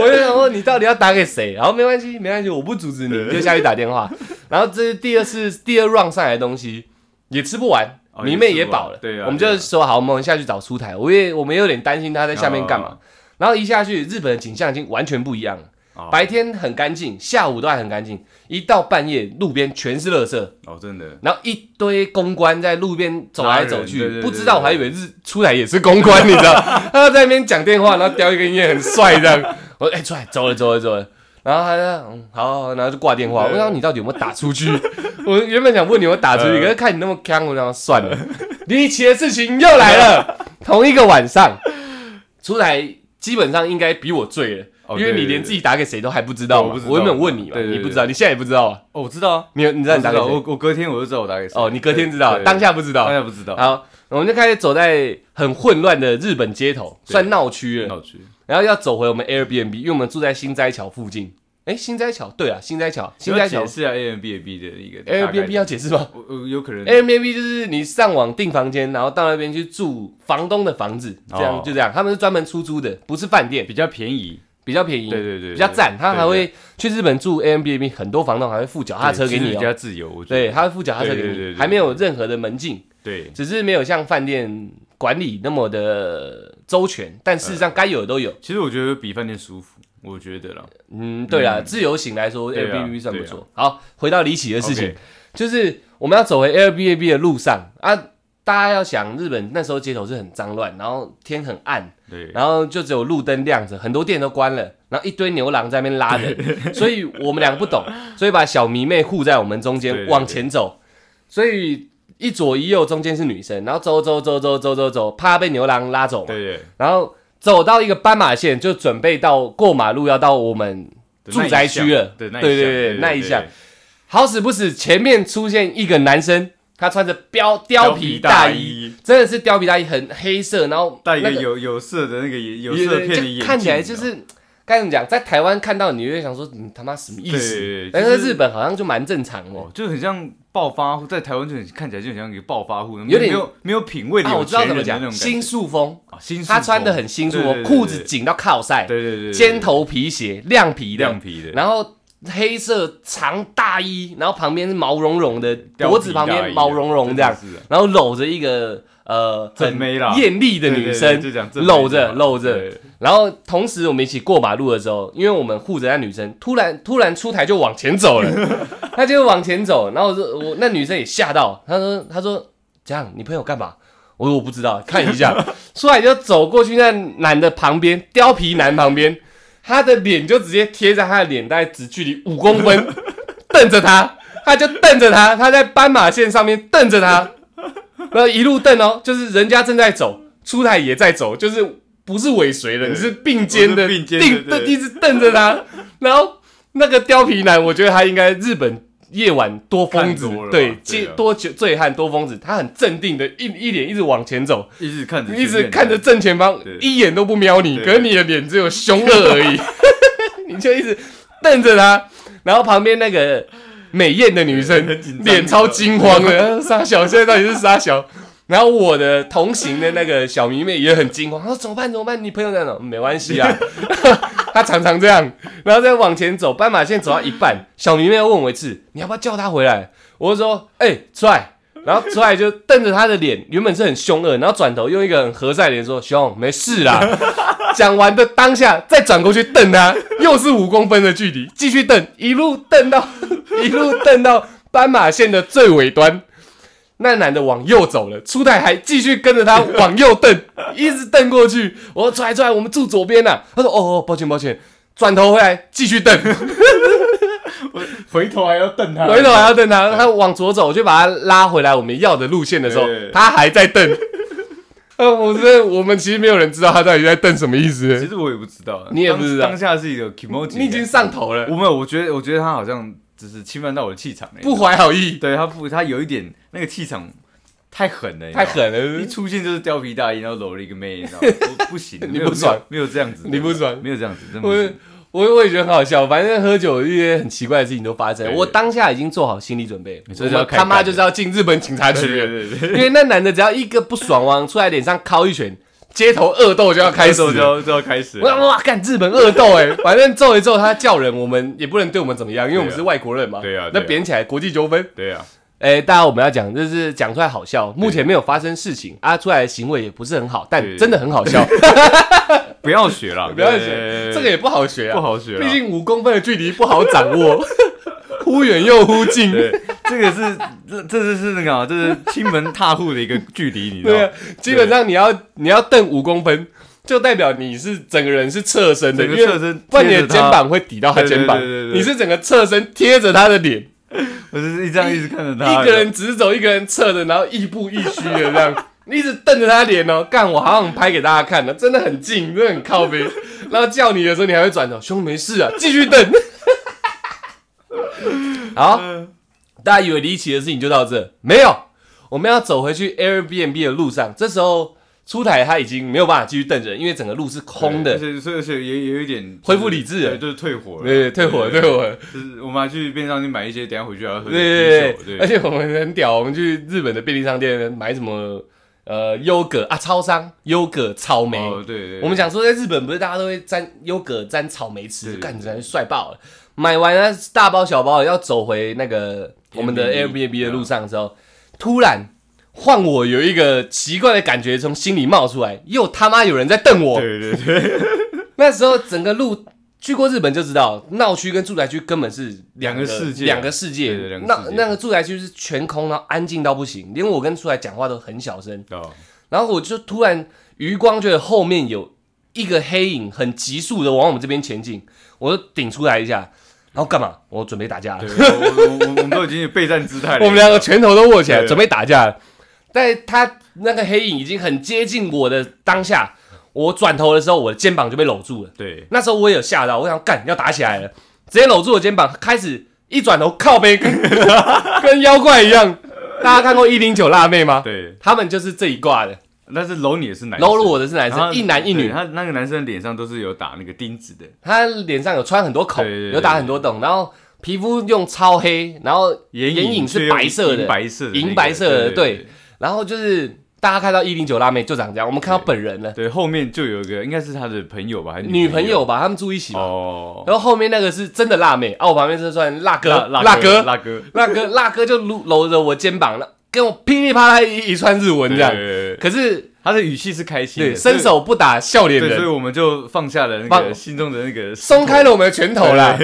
[SPEAKER 1] 我就想说你到底要打给谁？然后没关系，没关系，我不阻止你，
[SPEAKER 2] 对
[SPEAKER 1] 你就下去打电话。然后这是第二次第二 round 上来的东西也吃不完，
[SPEAKER 2] 哦
[SPEAKER 1] 迷妹
[SPEAKER 2] 也
[SPEAKER 1] 也
[SPEAKER 2] 吃不完
[SPEAKER 1] 饱了，
[SPEAKER 2] 对啊
[SPEAKER 1] 我们
[SPEAKER 2] 对
[SPEAKER 1] 就
[SPEAKER 2] 啊
[SPEAKER 1] 说好，我们下去找出台。我也我们也有点担心他在下面干嘛。
[SPEAKER 2] 哦
[SPEAKER 1] 然后一下去，日本的景象已经完全不一样了。
[SPEAKER 2] 哦
[SPEAKER 1] 白天很干净，下午都还很干净，一到半夜路边全是垃圾，
[SPEAKER 2] 哦，真的，
[SPEAKER 1] 然后一堆公关在路边走来走去，
[SPEAKER 2] 拉人对对对
[SPEAKER 1] 不知道我还以为是出来也是公关，你知道？ *laughs* 他在那边讲电话，然后叼一根烟，很帅这
[SPEAKER 2] *laughs*
[SPEAKER 1] 样。我说：“哎、出来，走了，走了，走了。”然后他就嗯，好好，好然后就挂电话。我
[SPEAKER 2] 对
[SPEAKER 1] 想你到底有没有打出去？ *laughs* 我原本想问你有没有打出去，
[SPEAKER 2] *laughs* 呃
[SPEAKER 1] 可是看你那么康，我想算了。离奇的事情又来了，
[SPEAKER 2] *laughs*
[SPEAKER 1] 同一个晚上，出来基本上应该比我醉了，
[SPEAKER 2] 哦
[SPEAKER 1] 因为
[SPEAKER 2] 对
[SPEAKER 1] 你
[SPEAKER 2] 对
[SPEAKER 1] 连
[SPEAKER 2] 对
[SPEAKER 1] 自己打给谁都还不知道
[SPEAKER 2] 我
[SPEAKER 1] 嘛。
[SPEAKER 2] 不知道
[SPEAKER 1] 我原本问你嘛，
[SPEAKER 2] 对对对
[SPEAKER 1] 你不知道，你现在也不知道啊。
[SPEAKER 2] 哦，我知道啊，
[SPEAKER 1] 你有你知道
[SPEAKER 2] 我
[SPEAKER 1] 你
[SPEAKER 2] 知
[SPEAKER 1] 打给
[SPEAKER 2] 道，
[SPEAKER 1] 谁？
[SPEAKER 2] 我我隔天我就知道我打给谁，
[SPEAKER 1] 哦，你隔天知道，
[SPEAKER 2] 对
[SPEAKER 1] 当下不知
[SPEAKER 2] 当
[SPEAKER 1] 道。
[SPEAKER 2] 下不知道，
[SPEAKER 1] 好，我们就开始走在很混乱的日本街头，
[SPEAKER 2] 对
[SPEAKER 1] 算闹区
[SPEAKER 2] 很
[SPEAKER 1] 了。
[SPEAKER 2] 好吃，
[SPEAKER 1] 然后要走回我们 Airbnb，因为我们住在新斋桥附近。哎，新斋桥，对啊，新斋桥，新斋
[SPEAKER 2] 解
[SPEAKER 1] 桥
[SPEAKER 2] 释一下 A M B A B 的一个大概
[SPEAKER 1] Airbnb 要解释吗
[SPEAKER 2] 我我有可能
[SPEAKER 1] ？Airbnb 就是你上网订房间，然后到那边去住房东的房子，这样
[SPEAKER 2] 哦
[SPEAKER 1] 就这样。他们是专门出租的，不是饭店，
[SPEAKER 2] 比较便宜，
[SPEAKER 1] 比较便宜，
[SPEAKER 2] 对对对，
[SPEAKER 1] 比较赞。他还
[SPEAKER 2] 对
[SPEAKER 1] 会去日本住 Airbnb，很多房东还会付脚踏车给
[SPEAKER 2] 对
[SPEAKER 1] 你
[SPEAKER 2] 其实比
[SPEAKER 1] 哦。
[SPEAKER 2] 较自由，我觉
[SPEAKER 1] 对，
[SPEAKER 2] 得
[SPEAKER 1] 他会付脚踏车给
[SPEAKER 2] 对对对对
[SPEAKER 1] 你，
[SPEAKER 2] 对
[SPEAKER 1] 还没有任何的门禁。
[SPEAKER 2] 对
[SPEAKER 1] 只是没有像饭店管理那么的周全，但事实上该有的都有。
[SPEAKER 2] 其实我觉得比饭店舒服，我我觉得了。
[SPEAKER 1] 嗯，对啦，自由行来说
[SPEAKER 2] 对啊
[SPEAKER 1] ，Airbnb 算不
[SPEAKER 2] 对
[SPEAKER 1] 错。好，回到离奇的事情
[SPEAKER 2] OK，
[SPEAKER 1] 就是我们要走回 Airbnb 的路上啊，大家要想，日本那时候街头是很脏乱，然后天很暗，
[SPEAKER 2] 对，
[SPEAKER 1] 然后就只有路灯亮着，很多店都关了，然后一堆牛郎在那边拉人，所以我们两个不
[SPEAKER 2] *laughs*
[SPEAKER 1] 懂，所以把小迷妹护在我们中
[SPEAKER 2] 对
[SPEAKER 1] 间
[SPEAKER 2] 对
[SPEAKER 1] 往前走，所以一左一右中间是女生，然后走走走走走走走，啪被牛郎拉走嘛，
[SPEAKER 2] 对对
[SPEAKER 1] 然后走到一个斑马线，就准备到过马路要到我们
[SPEAKER 2] 对，
[SPEAKER 1] 住宅区了
[SPEAKER 2] 对那一
[SPEAKER 1] 对
[SPEAKER 2] 项
[SPEAKER 1] 对对那一项
[SPEAKER 2] 对
[SPEAKER 1] 好死不死，前面出现一个男生，他穿着貂貂皮大衣，，真的是貂皮大衣，很黑色，然后
[SPEAKER 2] 带一个
[SPEAKER 1] 那
[SPEAKER 2] 有有色的那个眼有色片的眼镜，哦
[SPEAKER 1] 就看起来就是该怎么讲，在台湾看到你就会想说，嗯你他妈什么意
[SPEAKER 2] 对对
[SPEAKER 1] 思？
[SPEAKER 2] 对，
[SPEAKER 1] 但
[SPEAKER 2] 就是
[SPEAKER 1] 日本好像就蛮正常的。
[SPEAKER 2] 哦，就很像暴发户，在台湾就很看起来就很像一个暴发户，
[SPEAKER 1] 有点
[SPEAKER 2] 没有没有品味的
[SPEAKER 1] 啊，我
[SPEAKER 2] 有
[SPEAKER 1] 知道
[SPEAKER 2] 钱
[SPEAKER 1] 怎
[SPEAKER 2] 人
[SPEAKER 1] 么
[SPEAKER 2] 的那
[SPEAKER 1] 讲，
[SPEAKER 2] 种
[SPEAKER 1] 新
[SPEAKER 2] 感觉。
[SPEAKER 1] 宿风，
[SPEAKER 2] 啊新
[SPEAKER 1] 他穿的很新
[SPEAKER 2] 宿
[SPEAKER 1] 宿
[SPEAKER 2] 风
[SPEAKER 1] 风，裤子，紧到靠塞，
[SPEAKER 2] 对对对对对对对对，
[SPEAKER 1] 尖头皮鞋，亮皮的，
[SPEAKER 2] 亮皮的，
[SPEAKER 1] 然后黑色长大衣，然后旁边是毛茸茸的，
[SPEAKER 2] 貂
[SPEAKER 1] 脖
[SPEAKER 2] 皮
[SPEAKER 1] 子旁
[SPEAKER 2] 大
[SPEAKER 1] 边
[SPEAKER 2] 衣
[SPEAKER 1] 毛茸茸这样
[SPEAKER 2] 啊真，的是啊
[SPEAKER 1] 然后搂着一个呃
[SPEAKER 2] 正妹啦
[SPEAKER 1] 艳丽的
[SPEAKER 2] 对对
[SPEAKER 1] 女
[SPEAKER 2] 对
[SPEAKER 1] 生，
[SPEAKER 2] 就讲正妹
[SPEAKER 1] 搂
[SPEAKER 2] 就
[SPEAKER 1] 着
[SPEAKER 2] 好
[SPEAKER 1] 搂着。
[SPEAKER 2] 对
[SPEAKER 1] 然后同时我们一起过马路的时候，因为我们护着那女生，突然突然出台就往前走了，她就往前走，然后我说我那女生也吓到，她说她说这样你朋友干嘛？我说我不知道，看一下， *laughs* 出来就走过去那男的旁边，貂皮男旁边，他的脸就直接贴在他的脸，大概只距离五公分，瞪着他，他就瞪着他，他在斑马线上面瞪着他，然后一路瞪哦，就是人家正在走，出台也在走，就是不是尾随的，你是并肩的，
[SPEAKER 2] 我是并肩的
[SPEAKER 1] 定
[SPEAKER 2] 对
[SPEAKER 1] 一直瞪着他，然后那个貂皮男，我觉得他应该日本。夜晚多疯子
[SPEAKER 2] 看多了，吧
[SPEAKER 1] 对，
[SPEAKER 2] 对
[SPEAKER 1] 借
[SPEAKER 2] 啊
[SPEAKER 1] 多酒醉汉多疯子，他很镇定的，一一脸一直往前走，
[SPEAKER 2] 一直看着，
[SPEAKER 1] 一直看着，正前方
[SPEAKER 2] 对，
[SPEAKER 1] 一眼都不瞄你，
[SPEAKER 2] 对
[SPEAKER 1] 可是你的脸只有凶恶而已， *laughs* 你就一直瞪着他，然后旁边那个美艳的女生
[SPEAKER 2] 对很紧张
[SPEAKER 1] 脸超惊慌的，呃傻小现在到底是傻小？然后我的同行的那个小迷妹也很惊慌，她说怎么办怎么办？你朋友在哪？没关系
[SPEAKER 2] *laughs*
[SPEAKER 1] 啊， *laughs* 她常常这样，然后再往前走，斑马线走到一半，小迷妹又问我一次，你要不要叫她回来？我就说，哎、出来。然后出来就瞪着她的脸，原本是很凶恶，然后转头用一个很和善的脸说：“兄，没事啦。”讲完的当下，再转过去瞪
[SPEAKER 2] *laughs*
[SPEAKER 1] 她，又是五公分的距离，继续瞪，一路瞪到 *laughs* 一路瞪到斑马线的最尾端。那男的往右走了，初代还继续跟着他往右
[SPEAKER 2] *laughs*
[SPEAKER 1] 瞪，一直瞪过去。我说出来出来，我们住左边呐、他说哦哦，抱歉抱歉。转头回来继续瞪，
[SPEAKER 2] *laughs* *laughs* 回头还要瞪他，
[SPEAKER 1] 回头还要瞪他，他往左走，我就把他拉回来我们要的路线的时候
[SPEAKER 2] 对，
[SPEAKER 1] 他还在
[SPEAKER 2] *laughs*
[SPEAKER 1] 瞪。呃，我这我们其实没有人知道他到底在瞪什么意
[SPEAKER 2] 其
[SPEAKER 1] 思，
[SPEAKER 2] 实我也不知道，啊
[SPEAKER 1] 你也不知道
[SPEAKER 2] 当当下是一个 e m o j
[SPEAKER 1] 你已经上头了
[SPEAKER 2] 我，没有，我觉得我觉得他好像就是侵犯到我的气场了，欸
[SPEAKER 1] 不怀好意，
[SPEAKER 2] 对他不，他有一点那个气场太狠了，你知
[SPEAKER 1] 太
[SPEAKER 2] 道吗，
[SPEAKER 1] 狠
[SPEAKER 2] 一
[SPEAKER 1] 了，
[SPEAKER 2] 出现就是貂皮大衣，然后搂了一个妹，你知道
[SPEAKER 1] *laughs*
[SPEAKER 2] 吗？不不行，
[SPEAKER 1] 你
[SPEAKER 2] 没有
[SPEAKER 1] 不爽，
[SPEAKER 2] 没有没有这样子的，
[SPEAKER 1] 你不爽
[SPEAKER 2] 没有这样子，真的不
[SPEAKER 1] 我
[SPEAKER 2] 行。
[SPEAKER 1] 我我也觉得很好笑，反正喝酒一些很奇怪的事情都发生。
[SPEAKER 2] 对
[SPEAKER 1] 我当下已经做好心理准备，
[SPEAKER 2] 就是要
[SPEAKER 1] 我
[SPEAKER 2] 开
[SPEAKER 1] 他妈
[SPEAKER 2] 干
[SPEAKER 1] 就是要进日本警察
[SPEAKER 2] 对
[SPEAKER 1] 局了，
[SPEAKER 2] 对对
[SPEAKER 1] 因
[SPEAKER 2] 对，
[SPEAKER 1] 为那男的只要一个不爽，往出来脸上敲一拳，街头恶斗就要开始
[SPEAKER 2] 就
[SPEAKER 1] 了。
[SPEAKER 2] 要就要开始了，
[SPEAKER 1] 我想哇，干日本恶斗哎，反正揍一揍他叫人，我们也不能对我们怎么样，因为我们是外国人嘛。
[SPEAKER 2] 对啊
[SPEAKER 1] 那
[SPEAKER 2] 对啊
[SPEAKER 1] 扁起来国际纠纷，
[SPEAKER 2] 对啊，
[SPEAKER 1] 哎，大家我们要讲就是讲出来好笑，目前没有发生事情啊，出来的行为也不是很好，但
[SPEAKER 2] 对
[SPEAKER 1] 真的很好笑，
[SPEAKER 2] 不要学了，
[SPEAKER 1] 不要
[SPEAKER 2] 对
[SPEAKER 1] 学，这个也不好学啊，
[SPEAKER 2] 不好学啦
[SPEAKER 1] 毕竟五公分的距离不好掌握， *laughs* 忽远又忽近。
[SPEAKER 2] 对，这个是这这是是那个啊，这是亲门踏户的一个距离，你知
[SPEAKER 1] 对
[SPEAKER 2] 道
[SPEAKER 1] 啊
[SPEAKER 2] 吗？，
[SPEAKER 1] 基本上你要你要蹬五公分，就代表你是整个人是侧身的，
[SPEAKER 2] 整个
[SPEAKER 1] 因为
[SPEAKER 2] 侧身
[SPEAKER 1] 不然你的
[SPEAKER 2] 贴着他
[SPEAKER 1] 肩膀会抵到他肩膀
[SPEAKER 2] 对对对对，对
[SPEAKER 1] 你是整个侧身贴着他的脸，
[SPEAKER 2] 我就是一这样一直看着他，
[SPEAKER 1] *laughs* 一个人直走，一个人侧着，然后亦步亦趋的这样。 *laughs* 你一直瞪着他脸哦，干！我好想拍给大家看的，真的很近，真的很靠背。 *laughs* 然后叫你的时候，你还会转头，兄没事啊，继续瞪。 *laughs* 好，
[SPEAKER 2] 嗯，
[SPEAKER 1] 大家以为离奇的事情就到这，没有，我们要走回去 Airbnb 的路上，这时候出台他已经没有办法继续瞪人，因为整个路是空
[SPEAKER 2] 而
[SPEAKER 1] 的，
[SPEAKER 2] 且所以而且也也有一点
[SPEAKER 1] 恢复理智了
[SPEAKER 2] 对，就是退火了，
[SPEAKER 1] 对，退火了，退火了，
[SPEAKER 2] 就是我们还去便利商店买一些，等一下回去还要喝
[SPEAKER 1] 对
[SPEAKER 2] 点啤
[SPEAKER 1] 对
[SPEAKER 2] 酒，
[SPEAKER 1] 对，而
[SPEAKER 2] 对，
[SPEAKER 1] 且我们很屌，我们去日本的便利商店买什么呃优格啊，超商优格草莓，
[SPEAKER 2] 哦对对，对
[SPEAKER 1] 我们想说，在日本不是大家都会沾优格、沾草莓吃，
[SPEAKER 2] 对
[SPEAKER 1] 就干起来帅爆了。买完那大包小包要走回那个我们的 Airbnb
[SPEAKER 2] 嗯
[SPEAKER 1] 的路上的时候，突然换我有一个奇怪的感觉从心里冒出来，又他妈有人在瞪我。
[SPEAKER 2] 对对对，
[SPEAKER 1] 那时候整个路去过日本就知道，闹区跟住宅区根本是
[SPEAKER 2] 两个世界
[SPEAKER 1] 两个世界。
[SPEAKER 2] 对对两个
[SPEAKER 1] 那
[SPEAKER 2] 世界
[SPEAKER 1] 那个住宅区是全空，然后安静到不行，连我跟出来讲话都很小声。
[SPEAKER 2] 哦，
[SPEAKER 1] 然后我就突然余光觉得后面有一个黑影很急速的往我们这边前进，我就顶出来一下，然后干嘛？我准备打架了
[SPEAKER 2] 对，。我我我我们都已经有备战姿态
[SPEAKER 1] *laughs*
[SPEAKER 2] 了。
[SPEAKER 1] 我们两个拳头都握起来，
[SPEAKER 2] 对
[SPEAKER 1] 准备打架了。但他那个黑影已经很接近我的当下，我转头的时候，我的肩膀就被搂住了。
[SPEAKER 2] 对，
[SPEAKER 1] 那时候我也有吓到，我想干要打起来了，直接搂住我肩膀，开始一转头靠背跟 *laughs* 跟妖怪一样。大家看过一零九辣妹吗？
[SPEAKER 2] 对，
[SPEAKER 1] 他们就是这一挂的，
[SPEAKER 2] 但是搂你也是男生，
[SPEAKER 1] 搂了我的是男
[SPEAKER 2] 然后
[SPEAKER 1] 生，一男一
[SPEAKER 2] 对
[SPEAKER 1] 女，
[SPEAKER 2] 他那个男生脸上都是有打那个钉子的，
[SPEAKER 1] 他脸上有穿很多孔，
[SPEAKER 2] 对对对
[SPEAKER 1] 有打很多洞，然后皮肤用超黑，然后
[SPEAKER 2] 眼
[SPEAKER 1] 眼影
[SPEAKER 2] 却
[SPEAKER 1] 是
[SPEAKER 2] 用
[SPEAKER 1] 白色的
[SPEAKER 2] 银白色的那个，
[SPEAKER 1] 银白色的
[SPEAKER 2] 对对
[SPEAKER 1] 然后就是大家看到一零九辣妹就长这样，我们看到本人了，
[SPEAKER 2] 对，后面就有一个应该是他的朋友吧，还是
[SPEAKER 1] 女朋
[SPEAKER 2] 朋
[SPEAKER 1] 友吧，他们住一起嘛。
[SPEAKER 2] 哦，
[SPEAKER 1] 然后后面那个是真的辣妹，啊，我旁边是算辣哥，
[SPEAKER 2] 辣
[SPEAKER 1] 辣
[SPEAKER 2] 哥
[SPEAKER 1] 哥，
[SPEAKER 2] 辣哥，
[SPEAKER 1] 辣哥，辣哥就搂搂着我肩膀了，跟我噼里啪啦一一串日文这样
[SPEAKER 2] 对。对对对
[SPEAKER 1] 可是
[SPEAKER 2] 他的语气是开心的，
[SPEAKER 1] 对，伸手不打笑脸
[SPEAKER 2] 所以对，所以
[SPEAKER 1] 人，
[SPEAKER 2] 我们就放下了那个
[SPEAKER 1] 放
[SPEAKER 2] 心中的那个
[SPEAKER 1] 松开了我们的拳头啦，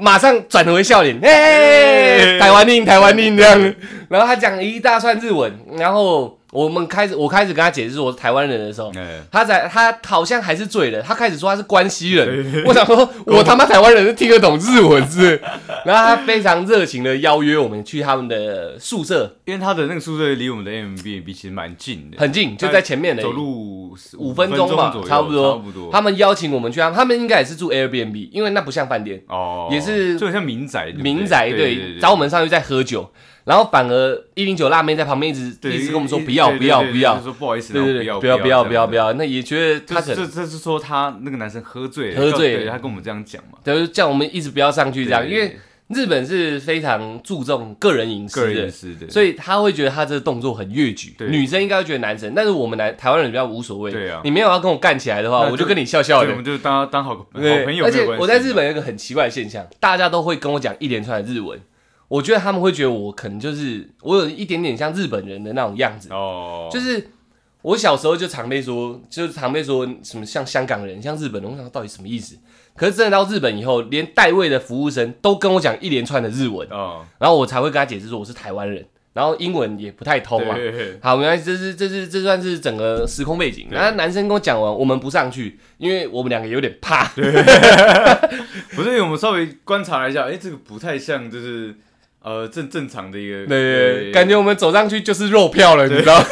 [SPEAKER 1] 马上转回笑脸，哎，台湾令，台湾令这样。然后他讲了一大串日文，然后我们开始，我开始跟他解释我是台湾人的时候。
[SPEAKER 2] 哎，
[SPEAKER 1] 他在他好像还是醉了，他开始说他是关西人，我想说，我他妈台湾人是听得懂日文是不是？ *laughs* 然后他非常热情的邀约我们去他们的宿舍，
[SPEAKER 2] 因为他的那个宿舍离我们的 M B B 其实蛮近的，
[SPEAKER 1] 很近，就在前面的
[SPEAKER 2] 走路
[SPEAKER 1] 五
[SPEAKER 2] 分
[SPEAKER 1] 分钟吧
[SPEAKER 2] 左，右
[SPEAKER 1] 差不多。
[SPEAKER 2] 差不多。
[SPEAKER 1] 他们邀请我们去，他们他们应该也是住 Airbnb，因为那不像饭店，
[SPEAKER 2] 哦，
[SPEAKER 1] 也是
[SPEAKER 2] 就很像民宅，对不对
[SPEAKER 1] 民宅
[SPEAKER 2] 对
[SPEAKER 1] 对，找我们上去再喝酒，然后反而一零九辣妹在旁边一直
[SPEAKER 2] 对
[SPEAKER 1] 一直跟我们说
[SPEAKER 2] 一
[SPEAKER 1] 不要
[SPEAKER 2] 对
[SPEAKER 1] 不
[SPEAKER 2] 对
[SPEAKER 1] 要
[SPEAKER 2] 对
[SPEAKER 1] 不
[SPEAKER 2] 就
[SPEAKER 1] 要
[SPEAKER 2] 是，说不好意思，
[SPEAKER 1] 对对
[SPEAKER 2] 然
[SPEAKER 1] 对，
[SPEAKER 2] 后
[SPEAKER 1] 不
[SPEAKER 2] 不
[SPEAKER 1] 要
[SPEAKER 2] 要
[SPEAKER 1] 不要不要不
[SPEAKER 2] 要
[SPEAKER 1] 要，那也觉得他
[SPEAKER 2] 这样
[SPEAKER 1] 可
[SPEAKER 2] 子。
[SPEAKER 1] 能
[SPEAKER 2] 这这这是说他那个男生喝醉了，
[SPEAKER 1] 喝醉了
[SPEAKER 2] 对他跟我们这样讲嘛，
[SPEAKER 1] 就是叫我们一直不要上去这样，
[SPEAKER 2] 对
[SPEAKER 1] 因为日本是非常注重个人隐
[SPEAKER 2] 个
[SPEAKER 1] 私
[SPEAKER 2] 人
[SPEAKER 1] 的
[SPEAKER 2] 隐。私的，
[SPEAKER 1] 所以他会觉得他这个动作很越矩，
[SPEAKER 2] 对
[SPEAKER 1] 女生应该会觉得男生，但是我们男台湾人比较无所谓。
[SPEAKER 2] 对啊
[SPEAKER 1] 你没有要跟我干起来的话，
[SPEAKER 2] 那就
[SPEAKER 1] 我就跟你笑笑
[SPEAKER 2] 对
[SPEAKER 1] 的
[SPEAKER 2] 我。们就当当好好朋
[SPEAKER 1] 对，
[SPEAKER 2] 友
[SPEAKER 1] 而
[SPEAKER 2] 没有
[SPEAKER 1] 且
[SPEAKER 2] 关系。
[SPEAKER 1] 我在日本有一个很奇怪的现象，大家都会跟我讲一连串的日文，我觉得他们会觉得我可能就是我有一点点像日本人的那种样子，
[SPEAKER 2] 哦，
[SPEAKER 1] 就是是我小时候就常被说，就是常被说什么像香港人、像日本人，我想到底什么意思？可是真的到日本以后，连代位的服务生都跟我讲一连串的日文，
[SPEAKER 2] 哦，
[SPEAKER 1] 然后我才会跟他解释说我是台湾人，然后英文也不太通嘛。
[SPEAKER 2] 对，
[SPEAKER 1] 好，没关系，这是这是这算是整个时空背景。
[SPEAKER 2] 对
[SPEAKER 1] 然后男生跟我讲完，我们不上去，因为我们两个有点怕。
[SPEAKER 2] 不是因为我们稍微观察了一下，哎，这个不太像，就是呃正正常的一个，
[SPEAKER 1] 对，感觉我们走上去就是肉票了，你知
[SPEAKER 2] *laughs*
[SPEAKER 1] 道？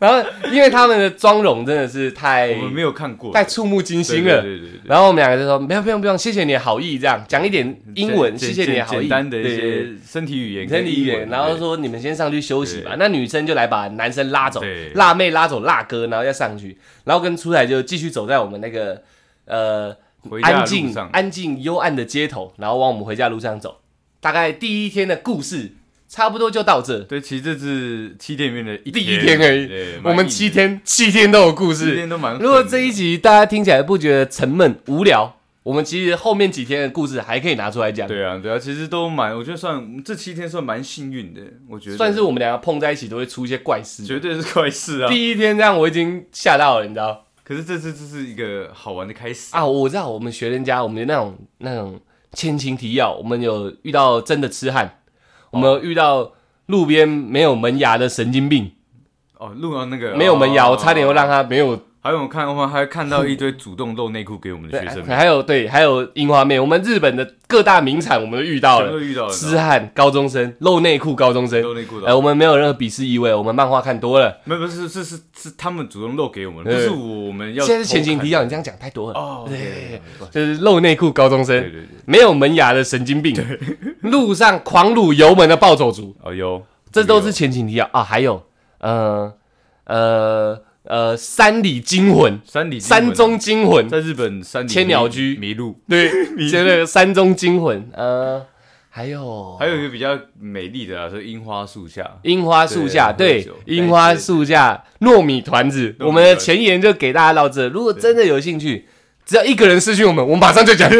[SPEAKER 1] 然后，因为他们的妆容真的是太
[SPEAKER 2] 我们没有看过，
[SPEAKER 1] 太触目惊
[SPEAKER 2] 对
[SPEAKER 1] 心了。
[SPEAKER 2] 对对对对，
[SPEAKER 1] 然后我们两个就说：“不用不用不用，谢谢你的好意。”这样讲一点英文，谢
[SPEAKER 2] 简
[SPEAKER 1] 谢你的
[SPEAKER 2] 简
[SPEAKER 1] 好意。
[SPEAKER 2] 简单的一
[SPEAKER 1] 对对对
[SPEAKER 2] 些身体语言跟
[SPEAKER 1] 身体语
[SPEAKER 2] 英文，啊
[SPEAKER 1] 言，然后说你们先上去休息吧。
[SPEAKER 2] 对
[SPEAKER 1] 那女生就来把男生拉走
[SPEAKER 2] 对，
[SPEAKER 1] 辣妹拉走辣哥，然后要上去，然后跟出来就继续走在我们那个呃
[SPEAKER 2] 对回家的
[SPEAKER 1] 安
[SPEAKER 2] 路
[SPEAKER 1] 静
[SPEAKER 2] 上
[SPEAKER 1] 安静幽暗的街头，然后往我们回家路上走。大概第一天的故事差不多就到这，
[SPEAKER 2] 对，其实这是七天里面的一
[SPEAKER 1] 第一天而
[SPEAKER 2] 对
[SPEAKER 1] 已。
[SPEAKER 2] 蛮
[SPEAKER 1] 我们
[SPEAKER 2] 硬
[SPEAKER 1] 七天七天都有故
[SPEAKER 2] 七
[SPEAKER 1] 事。
[SPEAKER 2] 天都蛮狠的。
[SPEAKER 1] 如果这一集大家听起来不觉得沉闷无聊，我们其实后面几天的故事还可以拿出来讲，
[SPEAKER 2] 对啊对啊，其实都蛮，我觉得算这七天算蛮幸运的，我觉得
[SPEAKER 1] 算是我们两个碰在一起都会出一些怪事。
[SPEAKER 2] 绝对是怪事啊。
[SPEAKER 1] 第一天这样我已经吓到了，你知道
[SPEAKER 2] 可是这次这是一个好玩的开始，
[SPEAKER 1] 啊？我知道我们学人家，我们那种那种前情提要，我们有遇到真的痴汉，我
[SPEAKER 2] 哦
[SPEAKER 1] 们有遇到路边没有门牙的神经病。
[SPEAKER 2] 哦，录到那个
[SPEAKER 1] 没有门牙，
[SPEAKER 2] 哦
[SPEAKER 1] 我差点又让他没有。
[SPEAKER 2] 还有我看，我们还看到一堆主动露内裤给我们的学生们，
[SPEAKER 1] 还有对，还有樱花妹，我们日本的各大名产我们都遇到
[SPEAKER 2] 全部
[SPEAKER 1] 了，
[SPEAKER 2] 都遇到了，
[SPEAKER 1] 痴汉高中生、露内裤高中生。
[SPEAKER 2] 露内裤
[SPEAKER 1] 哎，
[SPEAKER 2] 的，
[SPEAKER 1] 我们没有任何鄙视意味，我们漫画看多了。
[SPEAKER 2] 没有，不是是是是他们主动露给我们，不
[SPEAKER 1] 对
[SPEAKER 2] 是我们要
[SPEAKER 1] 呃现在是前情提
[SPEAKER 2] 要
[SPEAKER 1] 要，你这样讲太多了。
[SPEAKER 2] 哦，对
[SPEAKER 1] 就是露内裤高中
[SPEAKER 2] 对
[SPEAKER 1] 生，
[SPEAKER 2] 对对，
[SPEAKER 1] 没有门牙的神经病，路上狂撸油门的暴走族，
[SPEAKER 2] 哦有，
[SPEAKER 1] 这都是前情提要啊。还有，呃呃呃，山里惊魂、
[SPEAKER 2] 山里啊
[SPEAKER 1] 山中惊魂，
[SPEAKER 2] 在日本山里
[SPEAKER 1] 千鸟居
[SPEAKER 2] 迷路， *laughs*
[SPEAKER 1] 对，就那个山中惊魂，呃，还有
[SPEAKER 2] 还有一个比较美丽的啊，是樱花树下，
[SPEAKER 1] 樱花树下，对
[SPEAKER 2] 对喝酒，
[SPEAKER 1] 樱花树下糯米团子，
[SPEAKER 2] 米
[SPEAKER 1] 我们的前言就给大家到这。如果真的有兴趣，只要一个人私讯我们，我们马上就
[SPEAKER 2] *laughs*
[SPEAKER 1] 讲。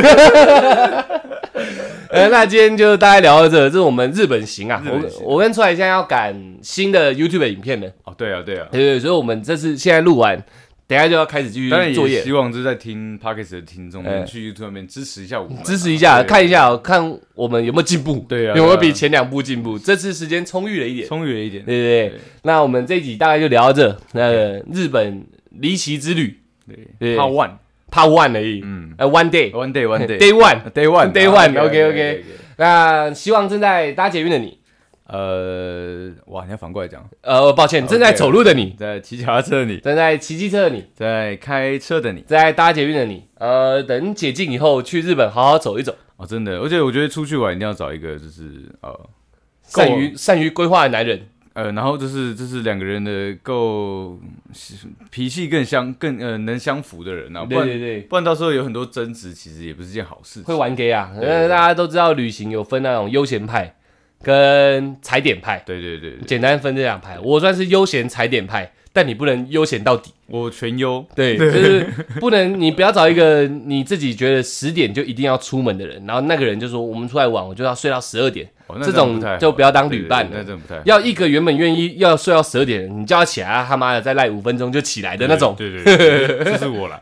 [SPEAKER 1] 呃，那今天就大概聊到这，这是我们日本行啊。
[SPEAKER 2] 日本行
[SPEAKER 1] 我我跟出来现在要赶新的 YouTube 影片了，
[SPEAKER 2] 哦对啊对啊，
[SPEAKER 1] 对对，所以我们这次现在录完等一下就要开始继续
[SPEAKER 2] 当然
[SPEAKER 1] 作
[SPEAKER 2] 也
[SPEAKER 1] 业
[SPEAKER 2] 希，望就是在听 Pockets 的听众
[SPEAKER 1] 哎
[SPEAKER 2] 们去 YouTube 上面支持一下我们啊，
[SPEAKER 1] 支持一下，
[SPEAKER 2] 对
[SPEAKER 1] 看一下哦看我们有没有进步，
[SPEAKER 2] 对啊
[SPEAKER 1] 有没有
[SPEAKER 2] 对啊
[SPEAKER 1] 比前两部进步？这次时间充裕了一点，
[SPEAKER 2] 充裕一点。
[SPEAKER 1] 对对对
[SPEAKER 2] 对。
[SPEAKER 1] 那我们这一集大概就聊到这，那个日本离奇之旅对
[SPEAKER 2] 对，Part One，
[SPEAKER 1] Part One 而已，
[SPEAKER 2] 嗯
[SPEAKER 1] 呃，One Day
[SPEAKER 2] ，One Day，One
[SPEAKER 1] Day One。
[SPEAKER 2] Day，Day One，
[SPEAKER 1] Day
[SPEAKER 2] 啊
[SPEAKER 1] one，
[SPEAKER 2] 对
[SPEAKER 1] OK，OK
[SPEAKER 2] 对对对
[SPEAKER 1] 那希望正在搭捷运的你，
[SPEAKER 2] 呃，哇，你要反过来讲，
[SPEAKER 1] 呃，抱歉，正在走路的你，
[SPEAKER 2] 在骑脚踏车的你，
[SPEAKER 1] 正在骑机车的你，
[SPEAKER 2] 在开车的你，
[SPEAKER 1] 正在搭捷运的你，呃，等解禁以后去日本好好走一走，
[SPEAKER 2] 哦，真的，而且我觉得出去玩一定要找一个就是呃够
[SPEAKER 1] 善于善于规划的男人，
[SPEAKER 2] 呃，然后就是就是两个人的够脾气更相更呃能相符的人啊，不
[SPEAKER 1] 对
[SPEAKER 2] 然
[SPEAKER 1] 对对。
[SPEAKER 2] 不然到时候有很多争执，其实也不是件好事情。
[SPEAKER 1] 会玩 gay 啊，
[SPEAKER 2] 对对
[SPEAKER 1] 呃，
[SPEAKER 2] 对
[SPEAKER 1] 大家都知道旅行有分那种悠闲派跟踩点派，
[SPEAKER 2] 对对对对，
[SPEAKER 1] 简单分这两派。我算是悠闲踩点派，但你不能悠闲到底。
[SPEAKER 2] 我全优，
[SPEAKER 1] 对， *laughs* 就是不能，你不要找一个你自己觉得十点就一定要出门的人，然后那个人就说我们出来玩，我就要睡到十二点，
[SPEAKER 2] 哦那
[SPEAKER 1] 这
[SPEAKER 2] 样
[SPEAKER 1] 种
[SPEAKER 2] 不太好
[SPEAKER 1] 就不要当
[SPEAKER 2] 对
[SPEAKER 1] 旅
[SPEAKER 2] 对
[SPEAKER 1] 伴
[SPEAKER 2] 对
[SPEAKER 1] 了
[SPEAKER 2] 那真的不太好
[SPEAKER 1] 要一个原本愿意要睡到十二点，你叫他起来，他妈的再赖五分钟就起来的那种。
[SPEAKER 2] 对对，对对这是我啦。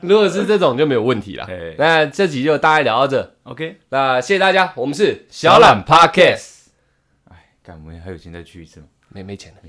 [SPEAKER 1] 如果是这种就没有问题啦
[SPEAKER 2] 哎。
[SPEAKER 1] 那这集就大概聊到这，
[SPEAKER 2] OK，
[SPEAKER 1] 那谢谢大家，我们是小
[SPEAKER 2] 小
[SPEAKER 1] 懒
[SPEAKER 2] 懒
[SPEAKER 1] Podcast，
[SPEAKER 2] 干我们还有钱再去一次吗？
[SPEAKER 1] 没没钱了。